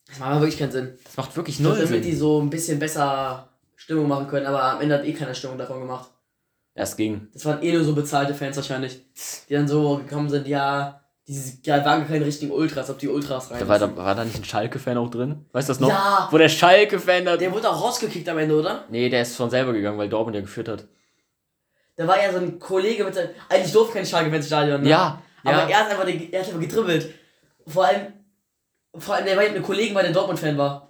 [SPEAKER 2] Das macht aber wirklich keinen Sinn.
[SPEAKER 1] Das macht wirklich
[SPEAKER 2] Nur
[SPEAKER 1] null
[SPEAKER 2] damit die
[SPEAKER 1] Sinn.
[SPEAKER 2] so ein bisschen besser Stimmung machen können, aber am Ende hat eh keiner Stimmung davon gemacht.
[SPEAKER 1] Das ging.
[SPEAKER 2] Das waren eh nur so bezahlte Fans wahrscheinlich, die dann so gekommen sind, ja, dieses, ja, waren keine richtigen Ultras, ob die Ultras rein.
[SPEAKER 1] Da war, da, war da nicht ein Schalke-Fan auch drin? Weißt du das noch?
[SPEAKER 2] ja,
[SPEAKER 1] Wo der Schalke-Fan da.
[SPEAKER 2] der wurde auch rausgekickt am Ende, oder?
[SPEAKER 1] Nee, der ist von selber gegangen, weil Dortmund ja geführt hat.
[SPEAKER 2] Da war ja so ein Kollege mit seinem, eigentlich durfte kein Schalke ins Stadion, ne?
[SPEAKER 1] Ja,
[SPEAKER 2] Aber
[SPEAKER 1] ja.
[SPEAKER 2] er hat einfach, den- er hat einfach gedribbelt. Vor allem, vor allem, der war mit einem Kollegen, weil der Dortmund-Fan war.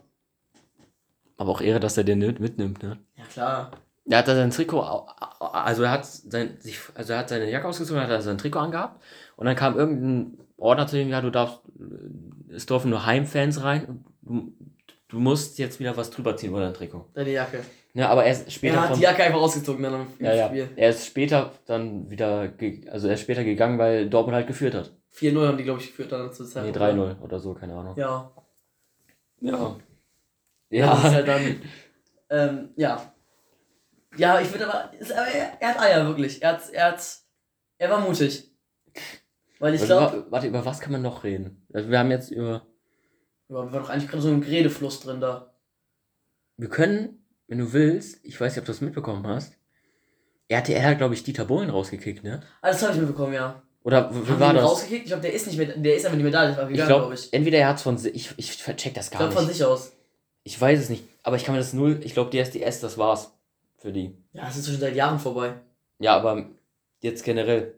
[SPEAKER 1] Aber auch Ehre, dass er den nicht mitnimmt, ne?
[SPEAKER 2] Ja, klar.
[SPEAKER 1] Er hat da sein Trikot, au- au- also er hat, sein, sich, also er hat seine Jacke ausgezogen, hat da sein Trikot angehabt und dann kam irgendein Ordner zu ihm, ja, du darfst, äh, es dürfen nur Heimfans rein, und du, du musst jetzt wieder was drüber ziehen über dein Trikot.
[SPEAKER 2] Deine Jacke.
[SPEAKER 1] Ne, aber er ist
[SPEAKER 2] Er
[SPEAKER 1] später
[SPEAKER 2] hat
[SPEAKER 1] vom,
[SPEAKER 2] die Jacke einfach ausgezogen dann am
[SPEAKER 1] ja, ja,
[SPEAKER 2] Spiel.
[SPEAKER 1] er ist später dann wieder, ge- also er ist später gegangen, weil Dortmund halt geführt hat.
[SPEAKER 2] 4-0 haben die, glaube ich, geführt dann zur Zeit.
[SPEAKER 1] Nee, 3-0 oder so, keine Ahnung.
[SPEAKER 2] Ja.
[SPEAKER 1] Ja.
[SPEAKER 2] Das ist
[SPEAKER 1] Ja.
[SPEAKER 2] halt dann, ähm, ja. Ja, ich würde aber, ist, aber er, er hat Eier, wirklich. Er, hat, er, hat, er war mutig. Weil ich
[SPEAKER 1] Also,
[SPEAKER 2] glaube,
[SPEAKER 1] wa- warte, über was kann man noch reden? Also wir haben jetzt über
[SPEAKER 2] wir waren doch eigentlich gerade so im Redefluss drin da.
[SPEAKER 1] Wir können, wenn du willst, ich weiß nicht, ob du das mitbekommen hast, RTL hat, glaube ich, Dieter Bohlen rausgekickt, ne?
[SPEAKER 2] Ah, das habe ich mitbekommen, ja.
[SPEAKER 1] Oder w-
[SPEAKER 2] Haben
[SPEAKER 1] wie
[SPEAKER 2] die
[SPEAKER 1] war
[SPEAKER 2] ihn
[SPEAKER 1] das?
[SPEAKER 2] rausgekickt? Ich glaube, der ist nicht mehr, der ist einfach nicht mehr da, der war
[SPEAKER 1] Ich
[SPEAKER 2] gegangen, glaube
[SPEAKER 1] glaube,
[SPEAKER 2] glaub ich.
[SPEAKER 1] entweder er hat von sich, ich, ich check das
[SPEAKER 2] Ich
[SPEAKER 1] gar
[SPEAKER 2] glaube von
[SPEAKER 1] nicht.
[SPEAKER 2] sich aus.
[SPEAKER 1] Ich weiß es nicht, aber ich kann mir das null, ich glaube, DSDS, das war's für die.
[SPEAKER 2] Ja, das ist schon seit Jahren vorbei.
[SPEAKER 1] Ja, aber jetzt generell.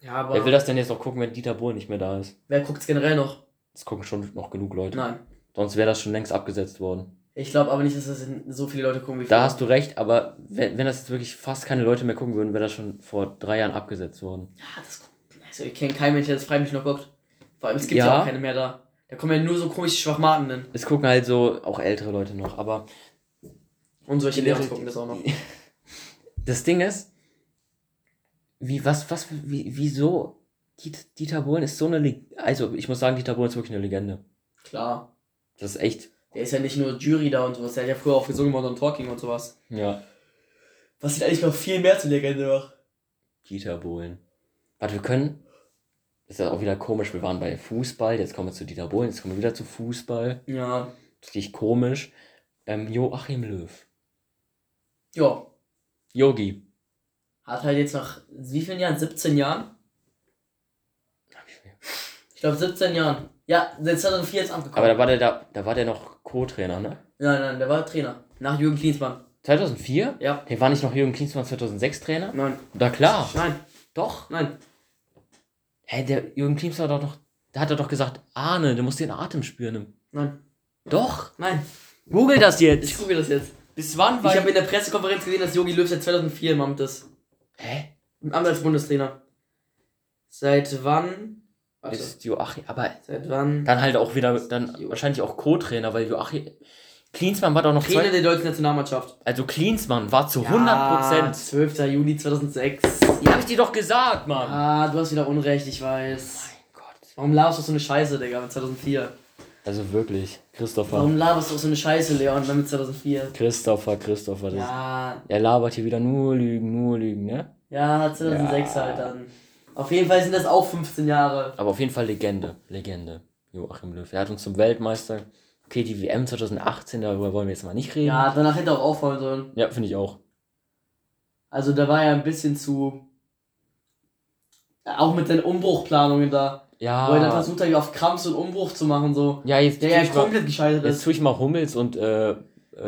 [SPEAKER 2] Ja, aber
[SPEAKER 1] Wer will das denn jetzt noch gucken, wenn Dieter Bohlen nicht mehr da ist?
[SPEAKER 2] wer guckt es generell noch?
[SPEAKER 1] Das gucken schon noch genug Leute.
[SPEAKER 2] Nein.
[SPEAKER 1] Sonst wäre das schon längst abgesetzt worden.
[SPEAKER 2] Ich glaube aber nicht, dass das in- so viele Leute gucken wie
[SPEAKER 1] Da
[SPEAKER 2] früher.
[SPEAKER 1] hast du recht, aber wenn, wenn das jetzt wirklich fast keine Leute mehr gucken würden, wäre das schon vor drei Jahren abgesetzt worden.
[SPEAKER 2] Ja, das also ich kenne keinen Mensch, der das freiwillig noch guckt. Vor allem, es gibt ja,
[SPEAKER 1] Ja.
[SPEAKER 2] auch keine mehr da. Da kommen ja nur so komische Schwachmaten
[SPEAKER 1] Es gucken halt so auch ältere Leute noch, aber
[SPEAKER 2] Und solche
[SPEAKER 1] Die-
[SPEAKER 2] Lehrer gucken das auch noch.
[SPEAKER 1] Das Ding ist, wie, was, was, wie, wieso? Diet- Dieter Bohlen ist so eine Legende. Also, ich muss sagen, Dieter Bohlen ist wirklich eine Legende.
[SPEAKER 2] Klar.
[SPEAKER 1] Das ist echt.
[SPEAKER 2] Der ist ja nicht nur Jury da und sowas, der hat ja früher auch gesungen Modern Talking und sowas.
[SPEAKER 1] Ja.
[SPEAKER 2] Was ihn eigentlich noch viel mehr zur Legende macht.
[SPEAKER 1] Dieter Bohlen. Warte, wir können. Das ist ja auch wieder komisch. Wir waren bei Fußball, jetzt kommen wir zu Dieter Bohlen, jetzt kommen wir wieder zu Fußball.
[SPEAKER 2] Ja.
[SPEAKER 1] Das ist richtig komisch. Ähm, Joachim Löw.
[SPEAKER 2] Ja.
[SPEAKER 1] Yogi.
[SPEAKER 2] Hat halt jetzt nach wie vielen Jahren? 17 Jahren? Ich glaube 17 Jahren. Ja, seit 2004 jetzt
[SPEAKER 1] Aber
[SPEAKER 2] angekommen.
[SPEAKER 1] da war der, da, da war der noch Co-Trainer, ne?
[SPEAKER 2] nein, nein, der war Trainer. Nach Jürgen Klinsmann.
[SPEAKER 1] 2004?
[SPEAKER 2] Ja.
[SPEAKER 1] Der war nicht noch Jürgen Klinsmann 2006 Trainer?
[SPEAKER 2] Nein.
[SPEAKER 1] Na klar.
[SPEAKER 2] Nein,
[SPEAKER 1] Doch.
[SPEAKER 2] nein.
[SPEAKER 1] Hä, der Jürgen Klims hat doch noch, da hat er doch gesagt, Arne, du musst den Atem spüren.
[SPEAKER 2] Nein.
[SPEAKER 1] Doch.
[SPEAKER 2] Nein.
[SPEAKER 1] Google das
[SPEAKER 2] Ich
[SPEAKER 1] jetzt.
[SPEAKER 2] gucke das jetzt.
[SPEAKER 1] Bis wann
[SPEAKER 2] Ich habe in der Pressekonferenz gesehen, dass Jogi Löw seit 2004 im Amt ist.
[SPEAKER 1] Hä?
[SPEAKER 2] Im Amt als Bundestrainer. Seit wann? Warte.
[SPEAKER 1] Ist Joachim, aber
[SPEAKER 2] Seit wann?
[SPEAKER 1] dann halt auch wieder, dann wahrscheinlich auch Co-Trainer, weil Joachim, Klinsmann war doch noch
[SPEAKER 2] Trainer
[SPEAKER 1] zwei,
[SPEAKER 2] der deutschen Nationalmannschaft.
[SPEAKER 1] also Klinsmann war zu 100%.
[SPEAKER 2] Ja, 12. Juli 2006.
[SPEAKER 1] Ja, hab ich dir doch gesagt, Mann.
[SPEAKER 2] Ah, du hast wieder Unrecht, ich weiß.
[SPEAKER 1] Mein Gott.
[SPEAKER 2] Warum laberst du so eine Scheiße, Digga, mit 2004?
[SPEAKER 1] Also wirklich, Christopher.
[SPEAKER 2] Warum laberst du so eine Scheiße, Leon, mit 2004?
[SPEAKER 1] Christopher, Christopher. Das
[SPEAKER 2] Ja,
[SPEAKER 1] Er labert hier wieder nur Lügen, nur Lügen, ne?
[SPEAKER 2] ja, 2006
[SPEAKER 1] Ja.
[SPEAKER 2] halt dann. Auf jeden Fall sind das auch 15 Jahre.
[SPEAKER 1] Aber auf jeden Fall Legende. Legende. Joachim Löw. Er hat uns zum Weltmeister. Okay, die WM 2018, darüber wollen wir jetzt mal nicht reden.
[SPEAKER 2] Ja, danach hätte er auch aufholen sollen.
[SPEAKER 1] Ja, finde ich auch.
[SPEAKER 2] Also da war er ein bisschen zu... Ja, Auch mit seinen Umbruchplanungen da. Wo er dann
[SPEAKER 1] Ja.
[SPEAKER 2] versucht hat, auf Krampf so einen Umbruch zu machen, so.
[SPEAKER 1] Ja, jetzt tue,
[SPEAKER 2] Der ja
[SPEAKER 1] ich mal,
[SPEAKER 2] komplett gescheitert
[SPEAKER 1] jetzt
[SPEAKER 2] ist.
[SPEAKER 1] tue ich mal Hummels und äh, äh,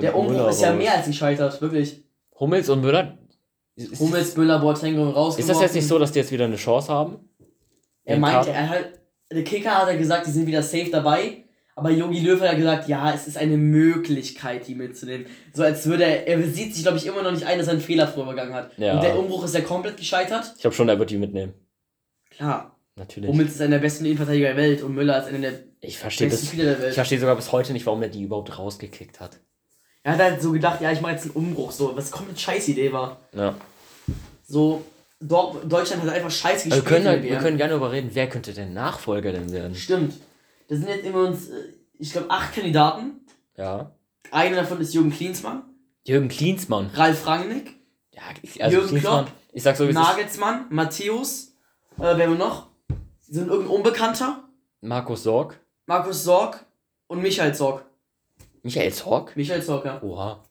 [SPEAKER 2] Der Umbruch ist ja
[SPEAKER 1] raus.
[SPEAKER 2] mehr als gescheitert, wirklich.
[SPEAKER 1] Hummels und Müller. Ist,
[SPEAKER 2] Hummels, Müller, Boateng und raus.
[SPEAKER 1] ist das jetzt nicht so, dass die jetzt wieder eine Chance haben?
[SPEAKER 2] Er
[SPEAKER 1] Den
[SPEAKER 2] meinte,
[SPEAKER 1] Tag-
[SPEAKER 2] er hat, der Kicker hat er gesagt, die sind wieder safe dabei. Aber Yogi Löw hat ja gesagt, ja, es ist eine Möglichkeit, die mitzunehmen. So als würde er, er sieht sich, glaube ich, immer noch nicht ein, dass er einen Fehler vorübergangen hat.
[SPEAKER 1] Ja.
[SPEAKER 2] Und der Umbruch ist ja komplett gescheitert.
[SPEAKER 1] Ich glaube schon, er wird die mitnehmen.
[SPEAKER 2] Klar,
[SPEAKER 1] Natürlich.
[SPEAKER 2] Hummels ist einer der besten Innenverteidiger der Welt und Müller ist einer der
[SPEAKER 1] ich verstehe
[SPEAKER 2] besten
[SPEAKER 1] das.
[SPEAKER 2] Spieler der
[SPEAKER 1] Ich
[SPEAKER 2] Welt.
[SPEAKER 1] verstehe sogar bis heute nicht, warum er die überhaupt rausgekickt hat. Also
[SPEAKER 2] Er hat halt so gedacht, ja, ich mache jetzt einen Umbruch, so, was komplett scheiß Idee war.
[SPEAKER 1] Ja.
[SPEAKER 2] So, Dor- Deutschland hat einfach scheiße
[SPEAKER 1] Also wir,
[SPEAKER 2] gespielt.
[SPEAKER 1] können
[SPEAKER 2] in der
[SPEAKER 1] halt, wir
[SPEAKER 2] WM.
[SPEAKER 1] können gerne darüber reden, wer könnte denn Nachfolger denn werden?
[SPEAKER 2] Stimmt. Da sind jetzt immer uns, äh, ich glaube, acht Kandidaten.
[SPEAKER 1] Ja.
[SPEAKER 2] Einer davon ist Jürgen Klinsmann,
[SPEAKER 1] Jürgen Klinsmann.
[SPEAKER 2] Ralf Rangnick,
[SPEAKER 1] Ja, ich- also
[SPEAKER 2] Jürgen
[SPEAKER 1] Klinsmann.
[SPEAKER 2] Klopp,
[SPEAKER 1] Ich sag so, wie es ist.
[SPEAKER 2] Nagelsmann, Matthäus, äh, wer haben wir noch? Sind irgendein Unbekannter,
[SPEAKER 1] Markus Sorg.
[SPEAKER 2] Markus Sorg und Michael Sorg.
[SPEAKER 1] Michael Sorg?
[SPEAKER 2] Michael Sorg, ja.
[SPEAKER 1] Oha.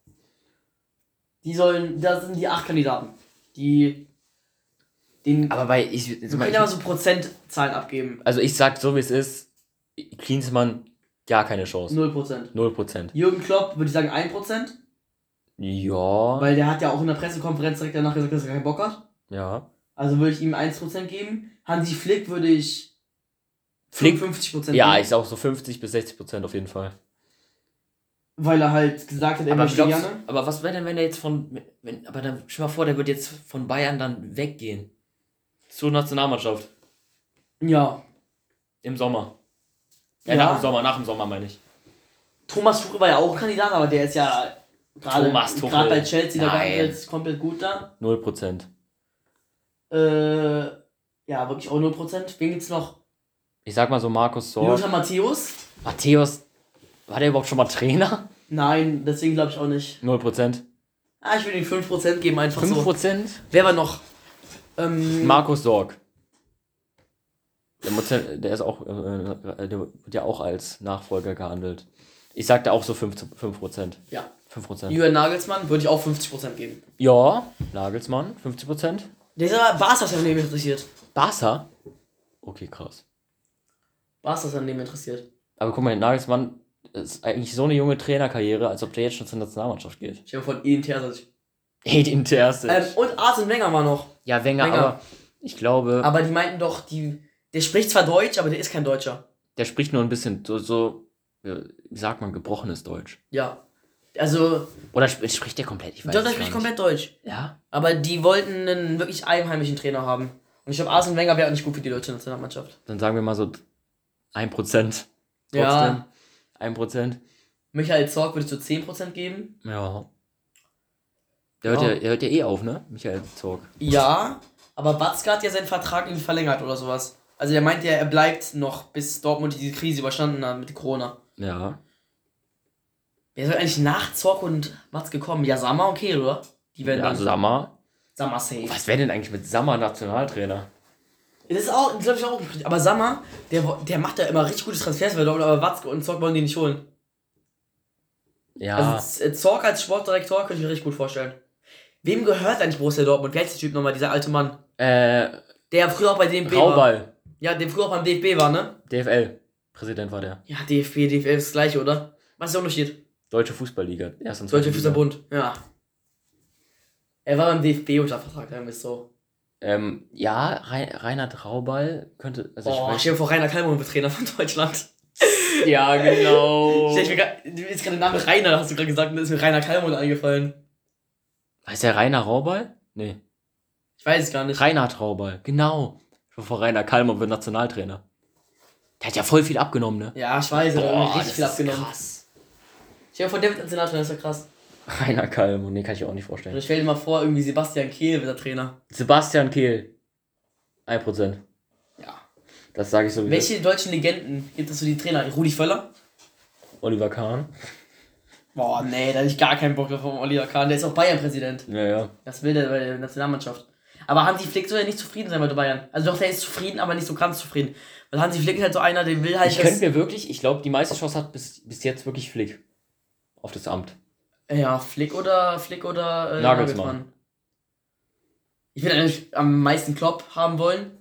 [SPEAKER 2] Die sollen, da sind die acht Kandidaten. Die, den,
[SPEAKER 1] Aber bei. Ich, jetzt
[SPEAKER 2] wir
[SPEAKER 1] mal-
[SPEAKER 2] können ja mal so Prozentzahlen abgeben.
[SPEAKER 1] also ich sag so, wie es ist. Klinsmann, gar keine Chance.
[SPEAKER 2] Null Prozent.
[SPEAKER 1] Null Prozent.
[SPEAKER 2] Jürgen Klopp würde ich sagen 1%,
[SPEAKER 1] Ja.
[SPEAKER 2] weil der hat ja auch in der Pressekonferenz direkt danach gesagt, dass er keinen Bock hat.
[SPEAKER 1] ja.
[SPEAKER 2] Also würde ich ihm 1% geben. Hansi Flick würde ich
[SPEAKER 1] Flick.
[SPEAKER 2] 50%
[SPEAKER 1] Ja,
[SPEAKER 2] geben,
[SPEAKER 1] ich sag so 50 bis 60 Prozent auf jeden Fall.
[SPEAKER 2] weil er halt gesagt hat, er
[SPEAKER 1] Aber,
[SPEAKER 2] möchte
[SPEAKER 1] glaubst,
[SPEAKER 2] gerne.
[SPEAKER 1] aber was wäre denn, wenn er jetzt von. Wenn, aber dann stell mal vor, der wird jetzt von Bayern dann weggehen. Zur Nationalmannschaft.
[SPEAKER 2] Ja.
[SPEAKER 1] Im Sommer. Ja,
[SPEAKER 2] Ja.
[SPEAKER 1] nach dem Sommer, nach dem Sommer meine ich.
[SPEAKER 2] Thomas Tuchel war ja auch Kandidat, aber der ist ja gerade
[SPEAKER 1] Thomas Tuchel.
[SPEAKER 2] gerade bei Chelsea, der war
[SPEAKER 1] Nein.
[SPEAKER 2] jetzt komplett gut da.
[SPEAKER 1] Null Prozent.
[SPEAKER 2] Äh, ja, wirklich auch 0%. Wen gibt's noch?
[SPEAKER 1] Ich sag mal so Markus Sorg.
[SPEAKER 2] Lothar Matthäus?
[SPEAKER 1] Matthäus, war der überhaupt schon mal Trainer?
[SPEAKER 2] Nein, deswegen glaube ich auch nicht.
[SPEAKER 1] Null Prozent.
[SPEAKER 2] Ah, ich würde ihm 5% geben, einfach
[SPEAKER 1] Fünf
[SPEAKER 2] so.
[SPEAKER 1] Prozent?
[SPEAKER 2] Wer war noch? Ähm,
[SPEAKER 1] Markus Sorg. Der, Moze- der ist auch, äh, äh, der wird ja auch als Nachfolger gehandelt. Ich sagte auch so 5%. 5%.
[SPEAKER 2] ja.
[SPEAKER 1] 5%.
[SPEAKER 2] Julian Nagelsmann würde ich auch 50% geben.
[SPEAKER 1] Ja, Nagelsmann, 50%.
[SPEAKER 2] Dieser war es, was an dem interessiert.
[SPEAKER 1] Barca? Okay, krass.
[SPEAKER 2] War es, was an dem interessiert.
[SPEAKER 1] Aber guck mal, Nagelsmann ist eigentlich so eine junge Trainerkarriere, als ob der jetzt schon zur Nationalmannschaft geht.
[SPEAKER 2] Ich habe von Eden Terzic.
[SPEAKER 1] Hey, den Terzic.
[SPEAKER 2] Ähm, und Arsene Wenger war noch.
[SPEAKER 1] ja, Wenger,
[SPEAKER 2] Wenger.
[SPEAKER 1] aber ich glaube,
[SPEAKER 2] Aber die meinten doch, die, der spricht zwar Deutsch, aber der ist kein Deutscher.
[SPEAKER 1] der spricht nur ein bisschen so, so äh, wie sagt man, gebrochenes Deutsch.
[SPEAKER 2] Ja. Also,
[SPEAKER 1] Oder sp spricht der komplett? Ich weiß
[SPEAKER 2] Deutschland
[SPEAKER 1] es gar
[SPEAKER 2] spricht
[SPEAKER 1] nicht.
[SPEAKER 2] komplett Deutsch.
[SPEAKER 1] Ja.
[SPEAKER 2] Aber die wollten einen wirklich einheimischen Trainer haben. Und ich glaube, Arsene Wenger wäre auch nicht gut für die deutsche Nationalmannschaft.
[SPEAKER 1] Dann sagen wir mal so 1%. Trotzdem.
[SPEAKER 2] Ja.
[SPEAKER 1] 1%.
[SPEAKER 2] Michael Zorg würde ich so 10% geben.
[SPEAKER 1] Ja. Der hört,
[SPEAKER 2] Ja.
[SPEAKER 1] ja, der hört ja eh auf, ne? Michael Zorg.
[SPEAKER 2] Ja. Aber Watzke hat ja seinen Vertrag irgendwie verlängert oder sowas. Also, der meint ja, er bleibt noch, bis Dortmund diese Krise überstanden hat mit Corona.
[SPEAKER 1] Ja.
[SPEAKER 2] Wer soll eigentlich nach Zorc und Watzke kommen? Ja, Sammer, okay, oder? Die werden
[SPEAKER 1] ja also
[SPEAKER 2] dann
[SPEAKER 1] Sammer.
[SPEAKER 2] Sammer safe.
[SPEAKER 1] Was wäre denn eigentlich mit Sammer Nationaltrainer?
[SPEAKER 2] Das ist auch, glaube ich, auch. Aber Sammer, der, wo- der macht da immer richtig gutes Transfers bei Dortmund, aber Watzke und Zorc wollen die nicht holen.
[SPEAKER 1] Ja.
[SPEAKER 2] Also Z- Zorc als Sportdirektor könnte ich mir richtig gut vorstellen. Wem gehört eigentlich Borussia Dortmund? Wer ist der Typ nochmal, dieser alte Mann?
[SPEAKER 1] äh,
[SPEAKER 2] Der früher auch bei DFB war.
[SPEAKER 1] Rauball.
[SPEAKER 2] Ja, der früher auch beim DFB war, ne?
[SPEAKER 1] DFL. Präsident war der.
[SPEAKER 2] Ja, DFB, DFL ist das gleiche, oder? Was ist der Unterschied?
[SPEAKER 1] Deutsche Fußballliga. Erst und
[SPEAKER 2] Deutscher
[SPEAKER 1] zweite Liga.
[SPEAKER 2] Fußballbund, ja. Er war beim DFB unter Vertrag, dann ist so.
[SPEAKER 1] Ähm, ja, Rei- Reinhard Rauball könnte. Also
[SPEAKER 2] Boah, ich
[SPEAKER 1] ich
[SPEAKER 2] stell dir vor, Rainer Kallmann wird Trainer von Deutschland.
[SPEAKER 1] weiß, ja, genau.
[SPEAKER 2] Stell ich mir grad, mir ist gerade der Name Rainer, hast du gerade gesagt, und da ist mir Rainer Kallmund eingefallen.
[SPEAKER 1] Heißt der Rainer Rauball? Nee.
[SPEAKER 2] Ich weiß es gar nicht.
[SPEAKER 1] Reinhard Rauball, genau. Vor Rainer Kalmer wird Nationaltrainer. Der hat ja voll viel abgenommen, ne?
[SPEAKER 2] Ja, ich weiß, aber
[SPEAKER 1] Boah,
[SPEAKER 2] hat richtig
[SPEAKER 1] das
[SPEAKER 2] viel
[SPEAKER 1] ist
[SPEAKER 2] abgenommen.
[SPEAKER 1] krass.
[SPEAKER 2] Ich habe vor David als Senator, das ist ja krass.
[SPEAKER 1] Rainer Kalmer, nee, kann ich auch nicht
[SPEAKER 2] Und
[SPEAKER 1] vorstellen.
[SPEAKER 2] ich stell dir mal vor, irgendwie Sebastian Kehl wird der Trainer.
[SPEAKER 1] Sebastian Kehl. 1%.
[SPEAKER 2] Ja.
[SPEAKER 1] Das sage ich so wie das.
[SPEAKER 2] Welche deutschen Legenden gibt es für die Trainer? Rudi Völler?
[SPEAKER 1] Oliver Kahn.
[SPEAKER 2] Boah, nee, da hab ich gar keinen Bock drauf auf Oliver Kahn. Der ist auch Bayern-Präsident.
[SPEAKER 1] Ja, ja.
[SPEAKER 2] Das will der bei der Nationalmannschaft. Aber Hansi Flick soll ja nicht zufrieden sein bei Bayern. Also doch, der ist zufrieden, aber nicht so ganz zufrieden. Weil Hansi Flick ist halt so einer, der will halt
[SPEAKER 1] Ich
[SPEAKER 2] das-
[SPEAKER 1] könnte mir wirklich, ich glaube, die meiste Chance hat bis, bis jetzt wirklich Flick. Auf das Amt.
[SPEAKER 2] Ja, Flick oder Flick oder äh,
[SPEAKER 1] Nagelsmann.
[SPEAKER 2] Nagelsmann. Ich würde eigentlich am meisten Klopp haben wollen.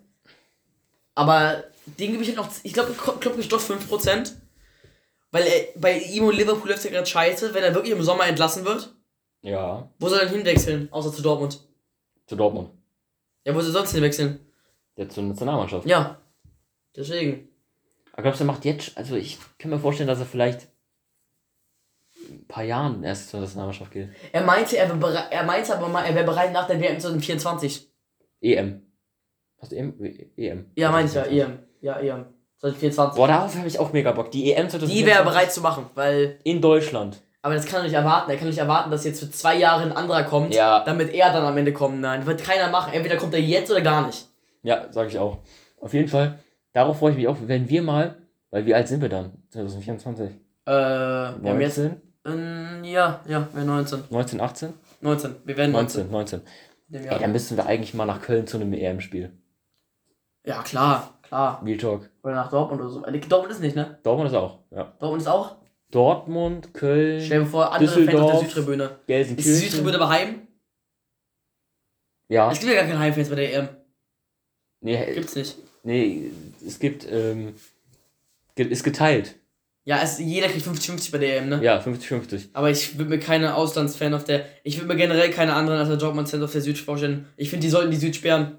[SPEAKER 2] Aber den gebe ich halt noch. Ich glaube, Klopp Klopp gibt doch 5%. Weil er, bei ihm und Liverpool läuft ja gerade scheiße, wenn er wirklich im Sommer entlassen wird.
[SPEAKER 1] Ja.
[SPEAKER 2] Wo soll er denn hinwechseln? Außer zu Dortmund.
[SPEAKER 1] Zu Dortmund.
[SPEAKER 2] Ja, wo soll er sonst hinwechseln?
[SPEAKER 1] Der zur Nationalmannschaft.
[SPEAKER 2] Ja. Deswegen.
[SPEAKER 1] Aber glaubst du, er macht jetzt, also ich kann mir vorstellen, dass er vielleicht in ein paar Jahren erst zur Nationalmannschaft geht.
[SPEAKER 2] Er meinte, er, wär bere- er meinte aber mal, er wäre bereit nach der WM 2024.
[SPEAKER 1] EM. E Hast du E EM? EM.
[SPEAKER 2] Ja, meinte ich ja, E EM. Ja, EM. 2024.
[SPEAKER 1] Boah, darauf habe ich auch mega Bock. Die EM
[SPEAKER 2] Die
[SPEAKER 1] 2024
[SPEAKER 2] wäre er bereit zu machen, weil.
[SPEAKER 1] in Deutschland.
[SPEAKER 2] Aber das kann er nicht erwarten. Er kann nicht erwarten, dass jetzt für zwei Jahre ein anderer kommt,
[SPEAKER 1] Ja.
[SPEAKER 2] damit er dann am Ende kommt. Nein, wird keiner machen. Entweder kommt er jetzt oder gar nicht.
[SPEAKER 1] Ja, sage ich auch. Auf jeden Fall, darauf freue ich mich auch, wenn wir mal, weil wie alt sind wir dann? 2024?
[SPEAKER 2] Äh, wir haben jetzt.
[SPEAKER 1] 19?
[SPEAKER 2] Ähm, ja, ja, wir haben 19.
[SPEAKER 1] 19, 18?
[SPEAKER 2] 19. Wir werden 19.
[SPEAKER 1] 19, 19.
[SPEAKER 2] in dem
[SPEAKER 1] Ey, dann
[SPEAKER 2] Jahr.
[SPEAKER 1] müssen wir eigentlich mal nach Köln zu einem EM-Spiel.
[SPEAKER 2] Ja, klar, klar.
[SPEAKER 1] Real Talk.
[SPEAKER 2] Oder nach Dortmund oder so. Äh, Dortmund ist nicht, ne?
[SPEAKER 1] Dortmund ist auch. Ja.
[SPEAKER 2] Dortmund ist auch.
[SPEAKER 1] Dortmund, Köln,
[SPEAKER 2] Stell dir vor, andere Fans auf
[SPEAKER 1] Hm. Düsseldorf.
[SPEAKER 2] der Südtribüne. Ist die
[SPEAKER 1] Gelsenkirchen.
[SPEAKER 2] Südtribüne aber Heim?
[SPEAKER 1] Ja.
[SPEAKER 2] Es gibt ja gar keine Heimfans bei der EM.
[SPEAKER 1] Nee,
[SPEAKER 2] Gibt's nicht.
[SPEAKER 1] nee, es gibt, ähm, ge- ist geteilt.
[SPEAKER 2] Ja, es, jeder kriegt 50-50 bei der EM, ne?
[SPEAKER 1] Ja, 50-50.
[SPEAKER 2] Aber ich würde mir keine Auslandsfan auf der. Ich würde mir generell keine anderen als der Dortmund-Fans auf der Süd vorstellen. Ich finde, die sollten die Süd sperren.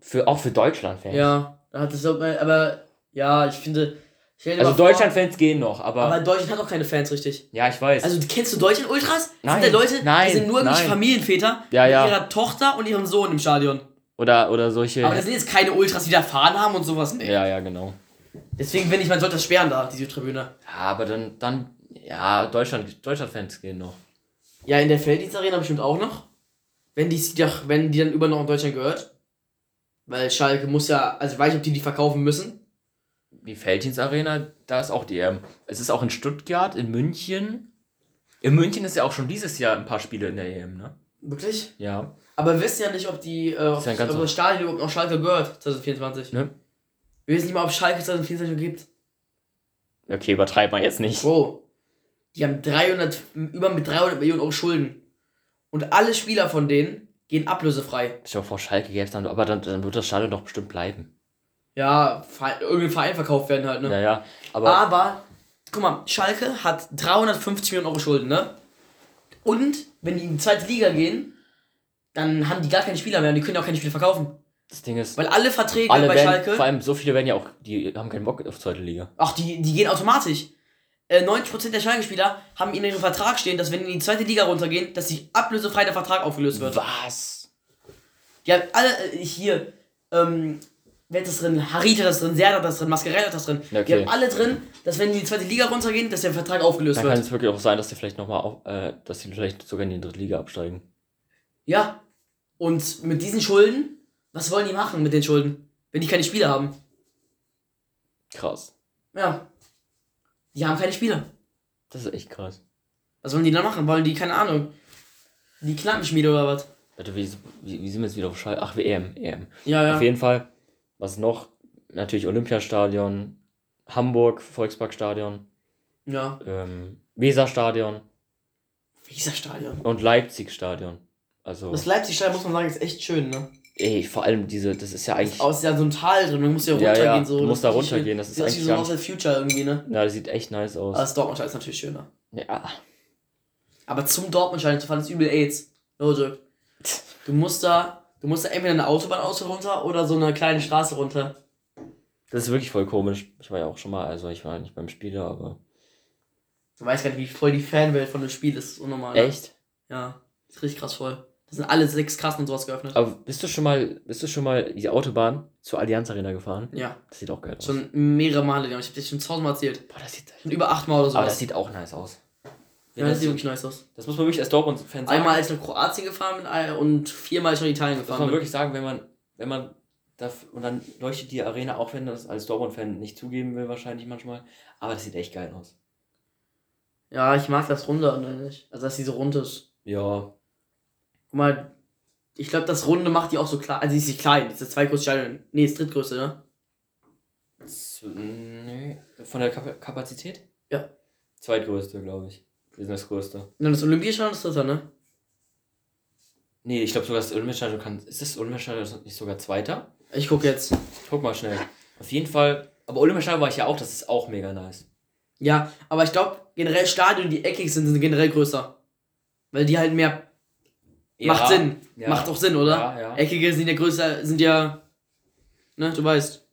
[SPEAKER 1] Für, auch für Deutschland-Fans.
[SPEAKER 2] Ja, da hat es aber ja, ich finde. Ich stell dir
[SPEAKER 1] Also
[SPEAKER 2] mal vor,
[SPEAKER 1] Deutschland-Fans gehen noch, aber,
[SPEAKER 2] Aber Deutschland hat auch keine Fans richtig.
[SPEAKER 1] ja, ich weiß.
[SPEAKER 2] Also kennst du Deutschland Ultras?
[SPEAKER 1] Nein,
[SPEAKER 2] sind da Leute,
[SPEAKER 1] nein,
[SPEAKER 2] die sind nur irgendwelche
[SPEAKER 1] nein.
[SPEAKER 2] Familienväter
[SPEAKER 1] Ja, ja.
[SPEAKER 2] mit ihrer Tochter und ihrem Sohn im Stadion.
[SPEAKER 1] oder, oder solche.
[SPEAKER 2] Aber das sind jetzt keine Ultras, die da Fahnen haben und sowas. Nee.
[SPEAKER 1] ja, ja, genau.
[SPEAKER 2] Deswegen finde ich, man sollte das sperren da, die Südtribüne.
[SPEAKER 1] Ja, aber dann, dann, ja, Deutschland, Deutschland-Fans gehen noch.
[SPEAKER 2] Ja, in der Felddienstarena bestimmt auch noch. Wenn die, sie doch- wenn die dann über noch in Deutschland gehört. Weil Schalke muss ja, also weiß ich, ob die die verkaufen müssen.
[SPEAKER 1] Die Feldins Arena, da ist auch die EM. Es ist auch in Stuttgart, in München. In München ist ja auch schon dieses Jahr ein paar Spiele in der EM, ne?
[SPEAKER 2] Wirklich?
[SPEAKER 1] Ja.
[SPEAKER 2] Aber wir wissen ja nicht, ob die äh, ob,
[SPEAKER 1] ja ein ganz
[SPEAKER 2] ob das Stadion überhaupt noch Schalke gehört, 2024.
[SPEAKER 1] Ne?
[SPEAKER 2] Wir wissen nicht mal, ob Schalke 2024 noch gibt.
[SPEAKER 1] Okay, übertreibt man jetzt nicht.
[SPEAKER 2] Bro, die haben 300, über mit 300 Millionen Euro Schulden. Und alle Spieler von denen gehen ablösefrei.
[SPEAKER 1] Ich vor Schalke gäbe es dann, aber dann, dann wird das Stadion doch bestimmt bleiben.
[SPEAKER 2] Ja, Ver- irgendein Verein verkauft werden halt, ne?
[SPEAKER 1] Naja, aber
[SPEAKER 2] Aber, guck mal, Schalke hat 350 Millionen Euro Schulden, ne? Und, wenn die in die zweite Liga gehen, dann haben die gar keine Spieler mehr und die können auch keine Spieler verkaufen.
[SPEAKER 1] das Ding ist,
[SPEAKER 2] Weil alle Verträge
[SPEAKER 1] alle
[SPEAKER 2] bei
[SPEAKER 1] werden,
[SPEAKER 2] Schalke.
[SPEAKER 1] vor allem so viele werden ja auch, die haben keinen Bock auf zweite Liga.
[SPEAKER 2] Ach, die, die gehen automatisch. Äh, 90% der Schalke-Spieler haben in ihrem Vertrag stehen, dass wenn die in die zweite Liga runtergehen, dass sich ablösefrei der Vertrag aufgelöst wird.
[SPEAKER 1] Was?
[SPEAKER 2] Die haben alle äh, hier, ähm, wer hat das drin? Harita hat das drin, Serdar hat das drin, Mascarell hat das drin.
[SPEAKER 1] Ja,
[SPEAKER 2] Die
[SPEAKER 1] okay.
[SPEAKER 2] haben alle drin, dass wenn die in die zweite Liga runtergehen, dass der Vertrag aufgelöst
[SPEAKER 1] Da
[SPEAKER 2] wird.
[SPEAKER 1] kann es wirklich auch sein, dass die vielleicht nochmal auf, äh, dass die vielleicht sogar in die dritte Liga absteigen.
[SPEAKER 2] Ja. Und mit diesen Schulden, was wollen die machen mit den Schulden, wenn die keine Spieler haben?
[SPEAKER 1] Krass.
[SPEAKER 2] Ja. Die haben keine Spieler.
[SPEAKER 1] Das ist echt krass.
[SPEAKER 2] Was wollen die dann machen? Wollen die, keine Ahnung, die Knappenschmiede oder was?
[SPEAKER 1] Warte, wie, wie, wie sind wir jetzt wieder auf Schalke? Ach, WM, EM.
[SPEAKER 2] Ja, ja.
[SPEAKER 1] Auf jeden Fall, was noch? Natürlich Olympiastadion, Hamburg, Volksparkstadion,
[SPEAKER 2] Ja.
[SPEAKER 1] ähm, Weserstadion
[SPEAKER 2] Weserstadion.
[SPEAKER 1] und Leipzigstadion. Also,
[SPEAKER 2] Das Leipzig-Stadion, muss man sagen, ist echt schön, ne?
[SPEAKER 1] ey, vor allem diese, das ist ja eigentlich,
[SPEAKER 2] Aus ja so ein Tal drin, man muss ja
[SPEAKER 1] Ja,
[SPEAKER 2] runtergehen.
[SPEAKER 1] ja,
[SPEAKER 2] so.
[SPEAKER 1] du
[SPEAKER 2] Das
[SPEAKER 1] musst da
[SPEAKER 2] ist richtig
[SPEAKER 1] runtergehen,
[SPEAKER 2] schön.
[SPEAKER 1] das ist
[SPEAKER 2] Sieht aus wie
[SPEAKER 1] eigentlich
[SPEAKER 2] so
[SPEAKER 1] gar
[SPEAKER 2] aus der Future irgendwie, ne?
[SPEAKER 1] na, das sieht echt nice
[SPEAKER 2] Aber
[SPEAKER 1] aus.
[SPEAKER 2] das Dortmund-Stadion ist natürlich schöner.
[SPEAKER 1] Ja,
[SPEAKER 2] Aber zum Dortmund-Stadion zu fahren ist übel AIDS. No joke. Du musst da, du musst da entweder eine Autobahnausfahrt runter oder so eine kleine Straße runter.
[SPEAKER 1] das ist wirklich voll komisch. Ich war ja auch schon mal, also ich war nicht beim Spieler, aber.
[SPEAKER 2] Du weißt gar nicht, wie voll die Fanwelt von dem Spiel ist. Das ist unnormal. ne?
[SPEAKER 1] Echt?
[SPEAKER 2] Ja. Das ist richtig krass voll. Das sind alle sechs Kassen und sowas geöffnet.
[SPEAKER 1] Aber bist du schon mal, bist du schon mal die Autobahn zur Allianz Arena gefahren?
[SPEAKER 2] ja.
[SPEAKER 1] Das sieht auch geil aus.
[SPEAKER 2] Schon mehrere Male, ja. ich hab das schon tausendmal erzählt.
[SPEAKER 1] Boah, das sieht,
[SPEAKER 2] Schon über achtmal oder
[SPEAKER 1] aber das
[SPEAKER 2] sowas.
[SPEAKER 1] sieht auch nice aus.
[SPEAKER 2] Ja, das sieht wirklich nice aus.
[SPEAKER 1] das muss man wirklich als Dortmund-Fan sagen.
[SPEAKER 2] Einmal als ich nach Kroatien gefahren bin ein- und viermal als ich nach Italien
[SPEAKER 1] Muss
[SPEAKER 2] gefahren
[SPEAKER 1] man
[SPEAKER 2] bin.
[SPEAKER 1] wirklich sagen, wenn man, wenn man da, und dann leuchtet die Arena, auch wenn das als Dortmund-Fan nicht zugeben will, wahrscheinlich manchmal. Aber das sieht echt geil aus.
[SPEAKER 2] Ja, ich mag das Runde eigentlich. Also, dass die so rund ist.
[SPEAKER 1] Ja.
[SPEAKER 2] Guck mal, ich glaube, das Runde macht die auch so klein. Also, die ist nicht klein. Das ist das zweitgrößte Stadion. Nee, das drittgrößte, ne?
[SPEAKER 1] Z nee. Von der Kap Kapazität?
[SPEAKER 2] Ja.
[SPEAKER 1] Zweitgrößte, glaube ich. Wir sind das größte.
[SPEAKER 2] Und dann das Olympiastadion ist das dritte, ne?
[SPEAKER 1] Nee, ich glaube sogar das Olympiastadion kann. Ist das Olympiastadion nicht sogar zweiter?
[SPEAKER 2] Ich guck jetzt.
[SPEAKER 1] Ich guck mal schnell. Auf jeden Fall. Aber Olympiastadion war ich ja auch, das ist auch mega nice.
[SPEAKER 2] Ja, aber ich glaube, generell Stadien, die eckig sind, sind generell größer. Weil die halt mehr. macht Sinn.
[SPEAKER 1] ja.
[SPEAKER 2] Macht auch Sinn, oder?
[SPEAKER 1] Ja, ja.
[SPEAKER 2] Eckige sind ja größer, sind ja. Ne, du weißt.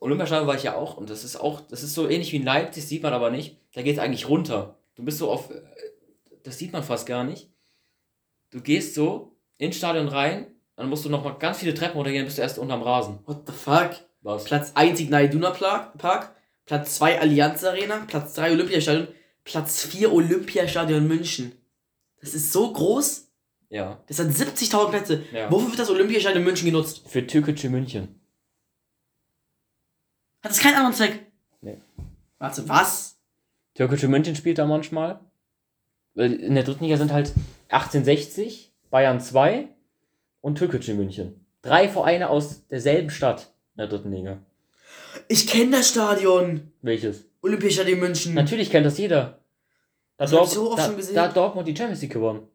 [SPEAKER 1] Olympiastadion war ich ja auch und das ist auch, das ist so ähnlich wie in Leipzig, sieht man aber nicht. Da geht es eigentlich runter. Du bist so auf, äh, das sieht man fast gar nicht. Du gehst so ins Stadion rein, dann musst du nochmal ganz viele Treppen runtergehen, dann bist du erst unterm Rasen.
[SPEAKER 2] What the fuck?
[SPEAKER 1] Was?
[SPEAKER 2] Platz 1 Signal Iduna Pla- Park, Platz 2 Allianz Arena, Platz 3 Olympiastadion, Platz 4 Olympiastadion München. Das ist so groß,
[SPEAKER 1] Ja.
[SPEAKER 2] das hat 70.000 Plätze.
[SPEAKER 1] Ja.
[SPEAKER 2] Wofür wird das Olympiastadion München genutzt?
[SPEAKER 1] Für türkische München.
[SPEAKER 2] Hat das keinen anderen Zweck?
[SPEAKER 1] Nee.
[SPEAKER 2] Warte, was?
[SPEAKER 1] Türkische München spielt da manchmal. Weil in der dritten Liga sind halt 1860, Bayern 2 und türkische München. Drei Vereine aus derselben Stadt in der dritten Liga.
[SPEAKER 2] Ich kenne das Stadion.
[SPEAKER 1] Welches?
[SPEAKER 2] Olympiastadion München.
[SPEAKER 1] Natürlich kennt das jeder. Da,
[SPEAKER 2] Das hab
[SPEAKER 1] Dort,
[SPEAKER 2] ich so oft
[SPEAKER 1] da,
[SPEAKER 2] schon gesehen.
[SPEAKER 1] da hat Dortmund die Champions League gewonnen.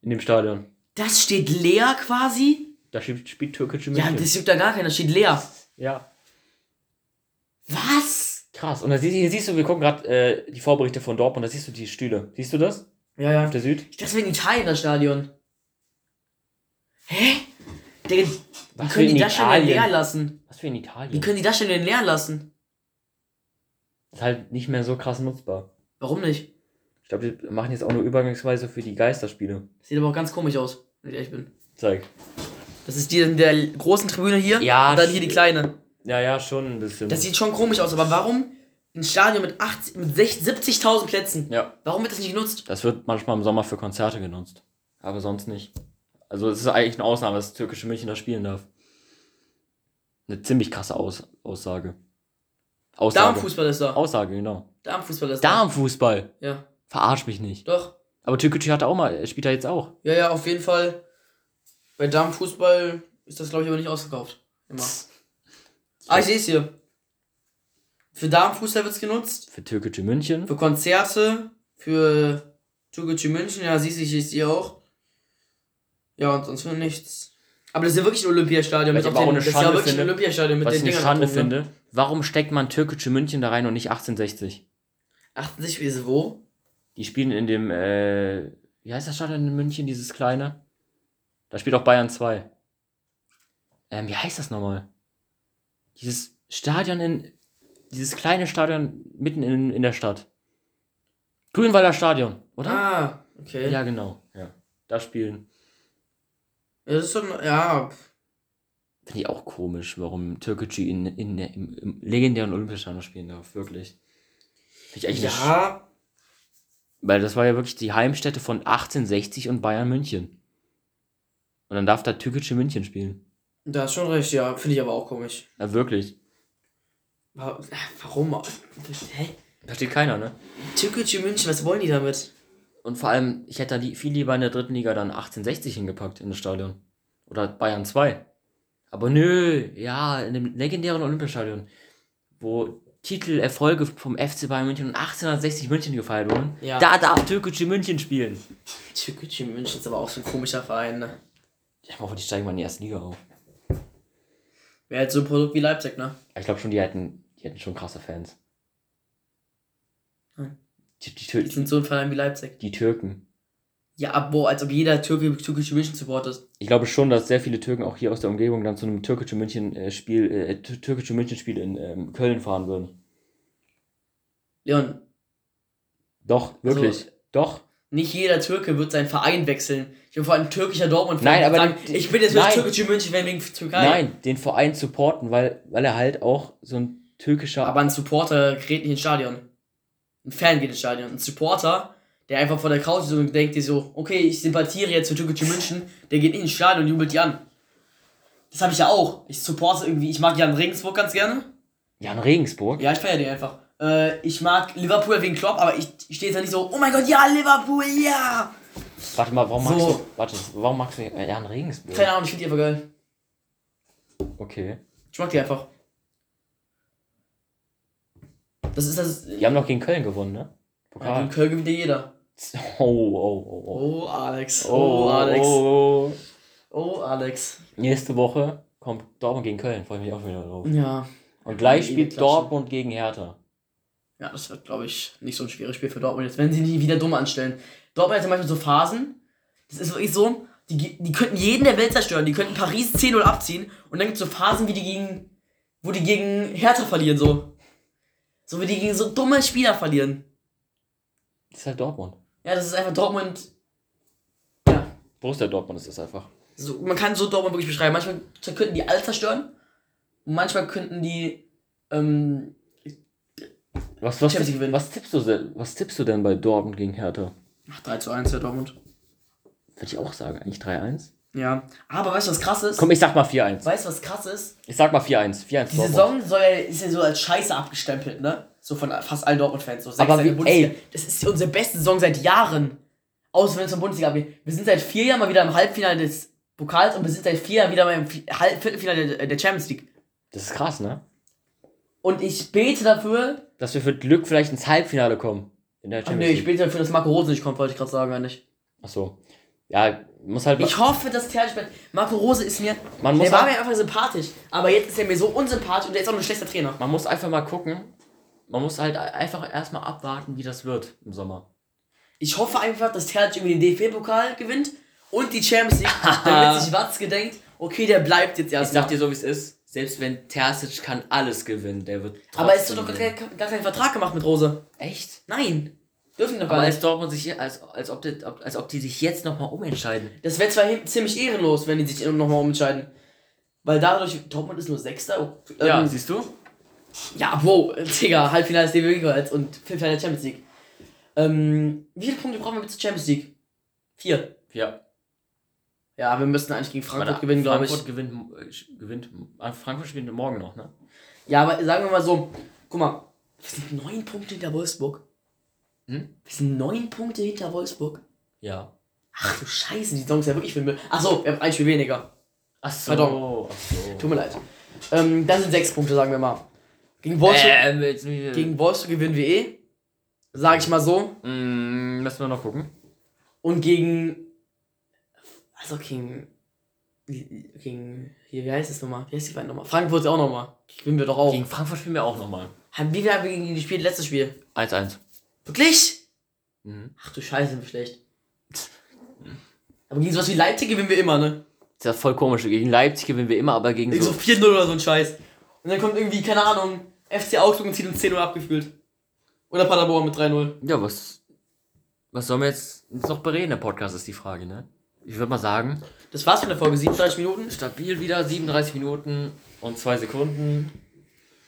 [SPEAKER 1] In dem Stadion.
[SPEAKER 2] Das steht leer quasi?
[SPEAKER 1] Da spielt, spielt türkische
[SPEAKER 2] Ja,
[SPEAKER 1] München.
[SPEAKER 2] das gibt da gar keiner, das steht leer.
[SPEAKER 1] ja.
[SPEAKER 2] Was?
[SPEAKER 1] Krass. Und da sie- hier siehst du, wir gucken gerade äh, die Vorberichte von Dortmund, da siehst du die Stühle. Siehst du das?
[SPEAKER 2] Ja, ja.
[SPEAKER 1] Auf der Süd?
[SPEAKER 2] Ich dachte, wegen Italien das Stadion. Hä? Digga, wie
[SPEAKER 1] Was
[SPEAKER 2] können
[SPEAKER 1] für
[SPEAKER 2] die
[SPEAKER 1] in
[SPEAKER 2] das Stadion leer
[SPEAKER 1] Italien?
[SPEAKER 2] lassen?
[SPEAKER 1] Was für in
[SPEAKER 2] Wie
[SPEAKER 1] Italien?
[SPEAKER 2] können die das Stadion leer lassen?
[SPEAKER 1] ist halt nicht mehr so krass nutzbar.
[SPEAKER 2] Warum nicht?
[SPEAKER 1] Ich glaube, wir machen jetzt auch nur übergangsweise für die Geisterspiele.
[SPEAKER 2] Sieht aber auch ganz komisch aus, wenn ich ehrlich bin.
[SPEAKER 1] Zeig.
[SPEAKER 2] Das ist die in der großen Tribüne hier
[SPEAKER 1] Ja,
[SPEAKER 2] und dann hier die kleine.
[SPEAKER 1] Ja, ja, schon ein bisschen.
[SPEAKER 2] Das sieht schon komisch aus, aber warum ein Stadion mit, 80 mit 60 70.000 Plätzen?
[SPEAKER 1] ja.
[SPEAKER 2] Warum wird das nicht genutzt?
[SPEAKER 1] Das wird manchmal im Sommer für Konzerte genutzt. Aber sonst nicht. Also es ist eigentlich eine Ausnahme, dass türkische München da spielen darf. Eine ziemlich krasse Aus Aussage. Aussage.
[SPEAKER 2] Darmfußball ist da.
[SPEAKER 1] Aussage, genau.
[SPEAKER 2] Darmfußball ist da.
[SPEAKER 1] Darmfußball.
[SPEAKER 2] Ja,
[SPEAKER 1] Verarsch mich nicht.
[SPEAKER 2] doch.
[SPEAKER 1] Aber Türkgücü hat da auch mal, er spielt da jetzt auch.
[SPEAKER 2] Ja, ja, auf jeden Fall. Bei Damenfußball ist das, glaube ich, aber nicht ausverkauft. Immer. Ah, ich sehe es hier. Für Damenfußball wird es genutzt.
[SPEAKER 1] Für Türkgücü München.
[SPEAKER 2] Für Konzerte. Für Tugucci München. Ja, siehst du, ich sehe es hier auch. Ja, und sonst für nichts. Aber das ist ja wirklich ein Olympiastadion.
[SPEAKER 1] Was
[SPEAKER 2] mit
[SPEAKER 1] ich aber
[SPEAKER 2] auf
[SPEAKER 1] auch
[SPEAKER 2] den-
[SPEAKER 1] eine
[SPEAKER 2] das ist ja
[SPEAKER 1] Schande
[SPEAKER 2] wirklich ein
[SPEAKER 1] finde,
[SPEAKER 2] Olympiastadion mit
[SPEAKER 1] Was ich
[SPEAKER 2] den
[SPEAKER 1] eine
[SPEAKER 2] Dingern.
[SPEAKER 1] Schande
[SPEAKER 2] da drum, ne?
[SPEAKER 1] finde, warum steckt man türkische München da rein und nicht 1860?
[SPEAKER 2] 68 wie ist es wo?
[SPEAKER 1] Die spielen in dem, äh, wie heißt das Stadion in München, dieses kleine? Da spielt auch Bayern 2. Ähm, wie heißt das nochmal? Dieses Stadion in, dieses kleine Stadion mitten in, in der Stadt. Grünwalder Stadion, oder?
[SPEAKER 2] Ah, okay. Ja,
[SPEAKER 1] Ja, genau. Ja. Da spielen.
[SPEAKER 2] das ist schon. Ja.
[SPEAKER 1] Finde ich auch komisch, warum Türkgücü in, in der, im, im legendären Olympiastadion spielen darf, wirklich. Finde ich eigentlich eine Sch-
[SPEAKER 2] Ja.
[SPEAKER 1] Weil das war ja wirklich die Heimstätte von 1860 und Bayern München. Und dann darf da türkische München spielen.
[SPEAKER 2] Da ist schon recht, ja. Finde ich aber auch komisch.
[SPEAKER 1] Ja, wirklich.
[SPEAKER 2] Wa- äh, Warum? Hä?
[SPEAKER 1] Versteht keiner, ne?
[SPEAKER 2] Türkgücü München, was wollen die damit?
[SPEAKER 1] Und vor allem, ich hätte da li viel lieber in der dritten Liga dann 1860 hingepackt in das Stadion. Oder Bayern 2. Aber nö, ja, in dem legendären Olympiastadion, wo Titel, Erfolge vom FC Bayern München und 1860 München gefeiert wurden,
[SPEAKER 2] Ja.
[SPEAKER 1] da darf türkische München spielen.
[SPEAKER 2] Türkgücü München ist aber auch so ein komischer Verein. Ne?
[SPEAKER 1] Ich hoffe, die steigen mal in die erste Liga auf.
[SPEAKER 2] Wäre halt so ein Produkt wie Leipzig, ne?
[SPEAKER 1] Ich glaube schon, die hätten, die hätten schon krasse Fans.
[SPEAKER 2] Hm.
[SPEAKER 1] Die, die,
[SPEAKER 2] Die
[SPEAKER 1] Tür-
[SPEAKER 2] sind so ein Verein wie Leipzig.
[SPEAKER 1] die Türken.
[SPEAKER 2] Ja, ab wo, als ob jeder Türke Türkgücü München supportet.
[SPEAKER 1] Ich glaube schon, dass sehr viele Türken auch hier aus der Umgebung dann zu einem türkischen München-Spiel, äh, tü- türkischen München-Spiel in ähm, Köln fahren würden.
[SPEAKER 2] Leon,
[SPEAKER 1] Doch,
[SPEAKER 2] Also,
[SPEAKER 1] wirklich. Doch.
[SPEAKER 2] nicht jeder Türke wird seinen Verein wechseln. Ich bin vor allem türkischer Dortmund-Fan.
[SPEAKER 1] Nein,
[SPEAKER 2] die
[SPEAKER 1] aber
[SPEAKER 2] sagen,
[SPEAKER 1] die-
[SPEAKER 2] ich bin jetzt
[SPEAKER 1] nein.
[SPEAKER 2] nicht Türkgücü München-Fan wegen Türkei.
[SPEAKER 1] Nein, den Verein supporten, weil, weil er halt auch so ein türkischer.
[SPEAKER 2] Aber ein Supporter gerät nicht ins Stadion. Ein Fan geht ins Stadion. Ein Supporter, der einfach vor der Couch so denkt, die so, okay, ich sympathiere jetzt für Türkei München, der geht nicht ins Stadion und jubelt die an. Das habe ich ja auch. Ich supporte irgendwie, ich mag Jan Regensburg ganz gerne.
[SPEAKER 1] Jan Regensburg?
[SPEAKER 2] Ja, ich feiere den einfach. Äh, ich mag Liverpool wegen Klopp, aber ich, ich stehe jetzt da nicht so, oh mein Gott, ja, Liverpool, ja!
[SPEAKER 1] Warte mal, warum magst
[SPEAKER 2] So.
[SPEAKER 1] du. Warte, warum magst du äh, Jan Regensburg?
[SPEAKER 2] Keine Ahnung, ich finde die einfach geil.
[SPEAKER 1] Okay.
[SPEAKER 2] Ich mag die einfach. Das ist das.
[SPEAKER 1] Die haben noch gegen Köln gewonnen, ne?
[SPEAKER 2] Ja,
[SPEAKER 1] Pokal.
[SPEAKER 2] in Köln gewinnt ja jeder.
[SPEAKER 1] Oh, oh, oh, oh.
[SPEAKER 2] Oh, Alex. Oh, Alex.
[SPEAKER 1] oh, oh.
[SPEAKER 2] Oh, Alex.
[SPEAKER 1] Nächste Woche kommt Dortmund gegen Köln, freue ich mich auch wieder drauf.
[SPEAKER 2] Mhm. Ja. eh,
[SPEAKER 1] Und gleich
[SPEAKER 2] Die
[SPEAKER 1] spielt
[SPEAKER 2] klatschen.
[SPEAKER 1] Dortmund gegen Hertha.
[SPEAKER 2] Ja, das wird, glaube ich, nicht so ein schweres Spiel für Dortmund jetzt, wenn sie nie wieder dumm anstellen. Dortmund hat zum Beispiel so Phasen, das ist wirklich so, die, ge- die könnten jeden der Welt zerstören, die könnten Paris 10-0 abziehen und dann gibt es so Phasen, wie die gegen, wo die gegen Hertha verlieren, so. So wie die gegen so dumme Spieler verlieren.
[SPEAKER 1] Das ist halt Dortmund.
[SPEAKER 2] Ja, das ist einfach Dortmund. Ja.
[SPEAKER 1] Borussia Dortmund ist das einfach.
[SPEAKER 2] So, man kann so Dortmund wirklich beschreiben. Manchmal z- könnten die alles zerstören. Und manchmal könnten die ähm,
[SPEAKER 1] Was, was,
[SPEAKER 2] Champions League
[SPEAKER 1] tipp,
[SPEAKER 2] gewinnen.
[SPEAKER 1] was, tippst du denn, was tippst du denn bei Dortmund gegen Hertha?
[SPEAKER 2] Ach, 3 zu 1, ja, Dortmund.
[SPEAKER 1] Würde ich auch sagen. Eigentlich 3-1.
[SPEAKER 2] Ja. Aber weißt du, was krass ist?
[SPEAKER 1] Komm, ich sag mal 4-1.
[SPEAKER 2] Weißt du, was krass ist?
[SPEAKER 1] Ich sag mal 4-1. 4-1
[SPEAKER 2] Die
[SPEAKER 1] Dortmund.
[SPEAKER 2] Saison soll ja, ist ja so als Scheiße abgestempelt, ne? So von fast allen Dortmund-Fans. So
[SPEAKER 1] Aber
[SPEAKER 2] Sechster in
[SPEAKER 1] wie-
[SPEAKER 2] der Bundesliga.
[SPEAKER 1] ey.
[SPEAKER 2] Das ist unsere beste Saison seit Jahren. Außer wenn es um Bundesliga geht. Wir sind seit vier Jahren mal wieder im Halbfinale des Pokals und wir sind seit vier Jahren wieder mal im Fi- Halb Viertelfinale der, der Champions League.
[SPEAKER 1] Das ist krass, ne?
[SPEAKER 2] Und ich bete dafür.
[SPEAKER 1] Dass wir für Glück vielleicht ins Halbfinale kommen. In der
[SPEAKER 2] Ach
[SPEAKER 1] Champions
[SPEAKER 2] nee, ich
[SPEAKER 1] League.
[SPEAKER 2] bete dafür, dass Marco Rose nicht kommt, wollte ich gerade sagen, eigentlich.
[SPEAKER 1] Ach so. Ja, muss halt.
[SPEAKER 2] Ich hoffe, dass Terry spielt. Marco Rose ist mir.
[SPEAKER 1] Man
[SPEAKER 2] der
[SPEAKER 1] muss
[SPEAKER 2] war
[SPEAKER 1] auch-
[SPEAKER 2] mir einfach sympathisch. Aber jetzt ist er mir so unsympathisch und der ist auch ein schlechter Trainer.
[SPEAKER 1] man muss einfach mal gucken. Man muss halt einfach erstmal abwarten, wie das wird im Sommer.
[SPEAKER 2] Ich hoffe einfach, dass Terzic irgendwie den DFB-Pokal gewinnt und die Champions League, damit sich Watzke denkt, okay, der bleibt jetzt
[SPEAKER 1] Ich
[SPEAKER 2] erstmal.
[SPEAKER 1] sag dir so, wie es ist. Selbst wenn Terzic kann alles gewinnen, der wird.
[SPEAKER 2] Aber es wird doch
[SPEAKER 1] trotzdem
[SPEAKER 2] gar,
[SPEAKER 1] gewinnen.
[SPEAKER 2] kein, gar keinen Vertrag gemacht mit Rose.
[SPEAKER 1] Echt?
[SPEAKER 2] Nein. Dürfen die doch
[SPEAKER 1] Aber
[SPEAKER 2] gar
[SPEAKER 1] als
[SPEAKER 2] nicht.
[SPEAKER 1] Dortmund sich hier, als, als, ob die, ob, als ob die sich jetzt nochmal umentscheiden.
[SPEAKER 2] Das wäre zwar hin- ziemlich ehrenlos, wenn die sich nochmal umentscheiden. Weil dadurch, Dortmund ist nur Sechster. Ähm,
[SPEAKER 1] Ja, siehst du?
[SPEAKER 2] ja, wow, Digga, Halbfinale des DFB-Pokals und Viertelfinale der Champions League. Ähm, wie viele Punkte brauchen wir bis zur Champions League? Vier.
[SPEAKER 1] Ja.
[SPEAKER 2] Ja, wir müssten eigentlich gegen Frankfurt
[SPEAKER 1] Frankfurt
[SPEAKER 2] gewinnen, glaube ich.
[SPEAKER 1] gewinnt, äh, gewinnt. äh, Frankfurt spielt morgen noch, ne?
[SPEAKER 2] Ja, aber sagen wir mal so, guck mal, wir sind neun Punkte hinter Wolfsburg.
[SPEAKER 1] Hm?
[SPEAKER 2] Wir sind neun Punkte hinter Wolfsburg.
[SPEAKER 1] Ja.
[SPEAKER 2] Ach du Scheiße, die Saison ist ja wirklich für Müll. Achso, wir haben ein Spiel weniger.
[SPEAKER 1] Ach
[SPEAKER 2] Pardon.
[SPEAKER 1] so. Ach so. Äh,
[SPEAKER 2] Tut mir leid. Ähm, dann sind sechs Punkte, sagen wir mal. Gegen Wolfsburg,
[SPEAKER 1] Ähm, jetzt, äh,
[SPEAKER 2] gegen Wolfsburg gewinnen wir eh. Sag ich mal so.
[SPEAKER 1] Mm, müssen wir noch gucken.
[SPEAKER 2] Und gegen. Also gegen. Gegen. Hier, wie heißt das nochmal? Wie heißt die beiden nochmal? Frankfurt auch nochmal. Gewinnen wir doch auch.
[SPEAKER 1] Oh. Gegen Frankfurt spielen wir auch nochmal.
[SPEAKER 2] Haben, wie viel haben wir gegen die gespielt? Letztes Spiel.
[SPEAKER 1] 1-1.
[SPEAKER 2] Wirklich?
[SPEAKER 1] Mhm.
[SPEAKER 2] Ach du Scheiße, sind wir schlecht. Aber gegen sowas wie Leipzig gewinnen wir immer, ne?
[SPEAKER 1] Ist ja voll komisch. Gegen Leipzig gewinnen wir immer, aber gegen
[SPEAKER 2] Irgendwie so
[SPEAKER 1] so.
[SPEAKER 2] 4-0 oder so ein Scheiß. Und dann kommt irgendwie, keine Ahnung, FC Augsburg und um zieht uns 10-0 abgefühlt. Oder Paderborn mit 3-0.
[SPEAKER 1] Ja, was. Was sollen wir jetzt uns noch bereden? Der Podcast ist die Frage, ne? Ich würde mal sagen,
[SPEAKER 2] Das war's von der Folge, 37 Minuten.
[SPEAKER 1] stabil wieder, 37 Minuten und 2 Sekunden.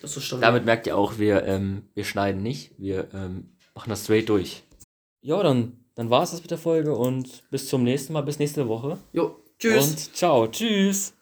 [SPEAKER 2] Das ist so stabil.
[SPEAKER 1] Damit merkt ihr auch, wir, ähm, wir schneiden nicht. Wir ähm, machen das straight durch. Ja, dann, dann war es das mit der Folge und bis zum nächsten Mal, bis nächste Woche.
[SPEAKER 2] Jo, tschüss.
[SPEAKER 1] Und ciao, tschüss.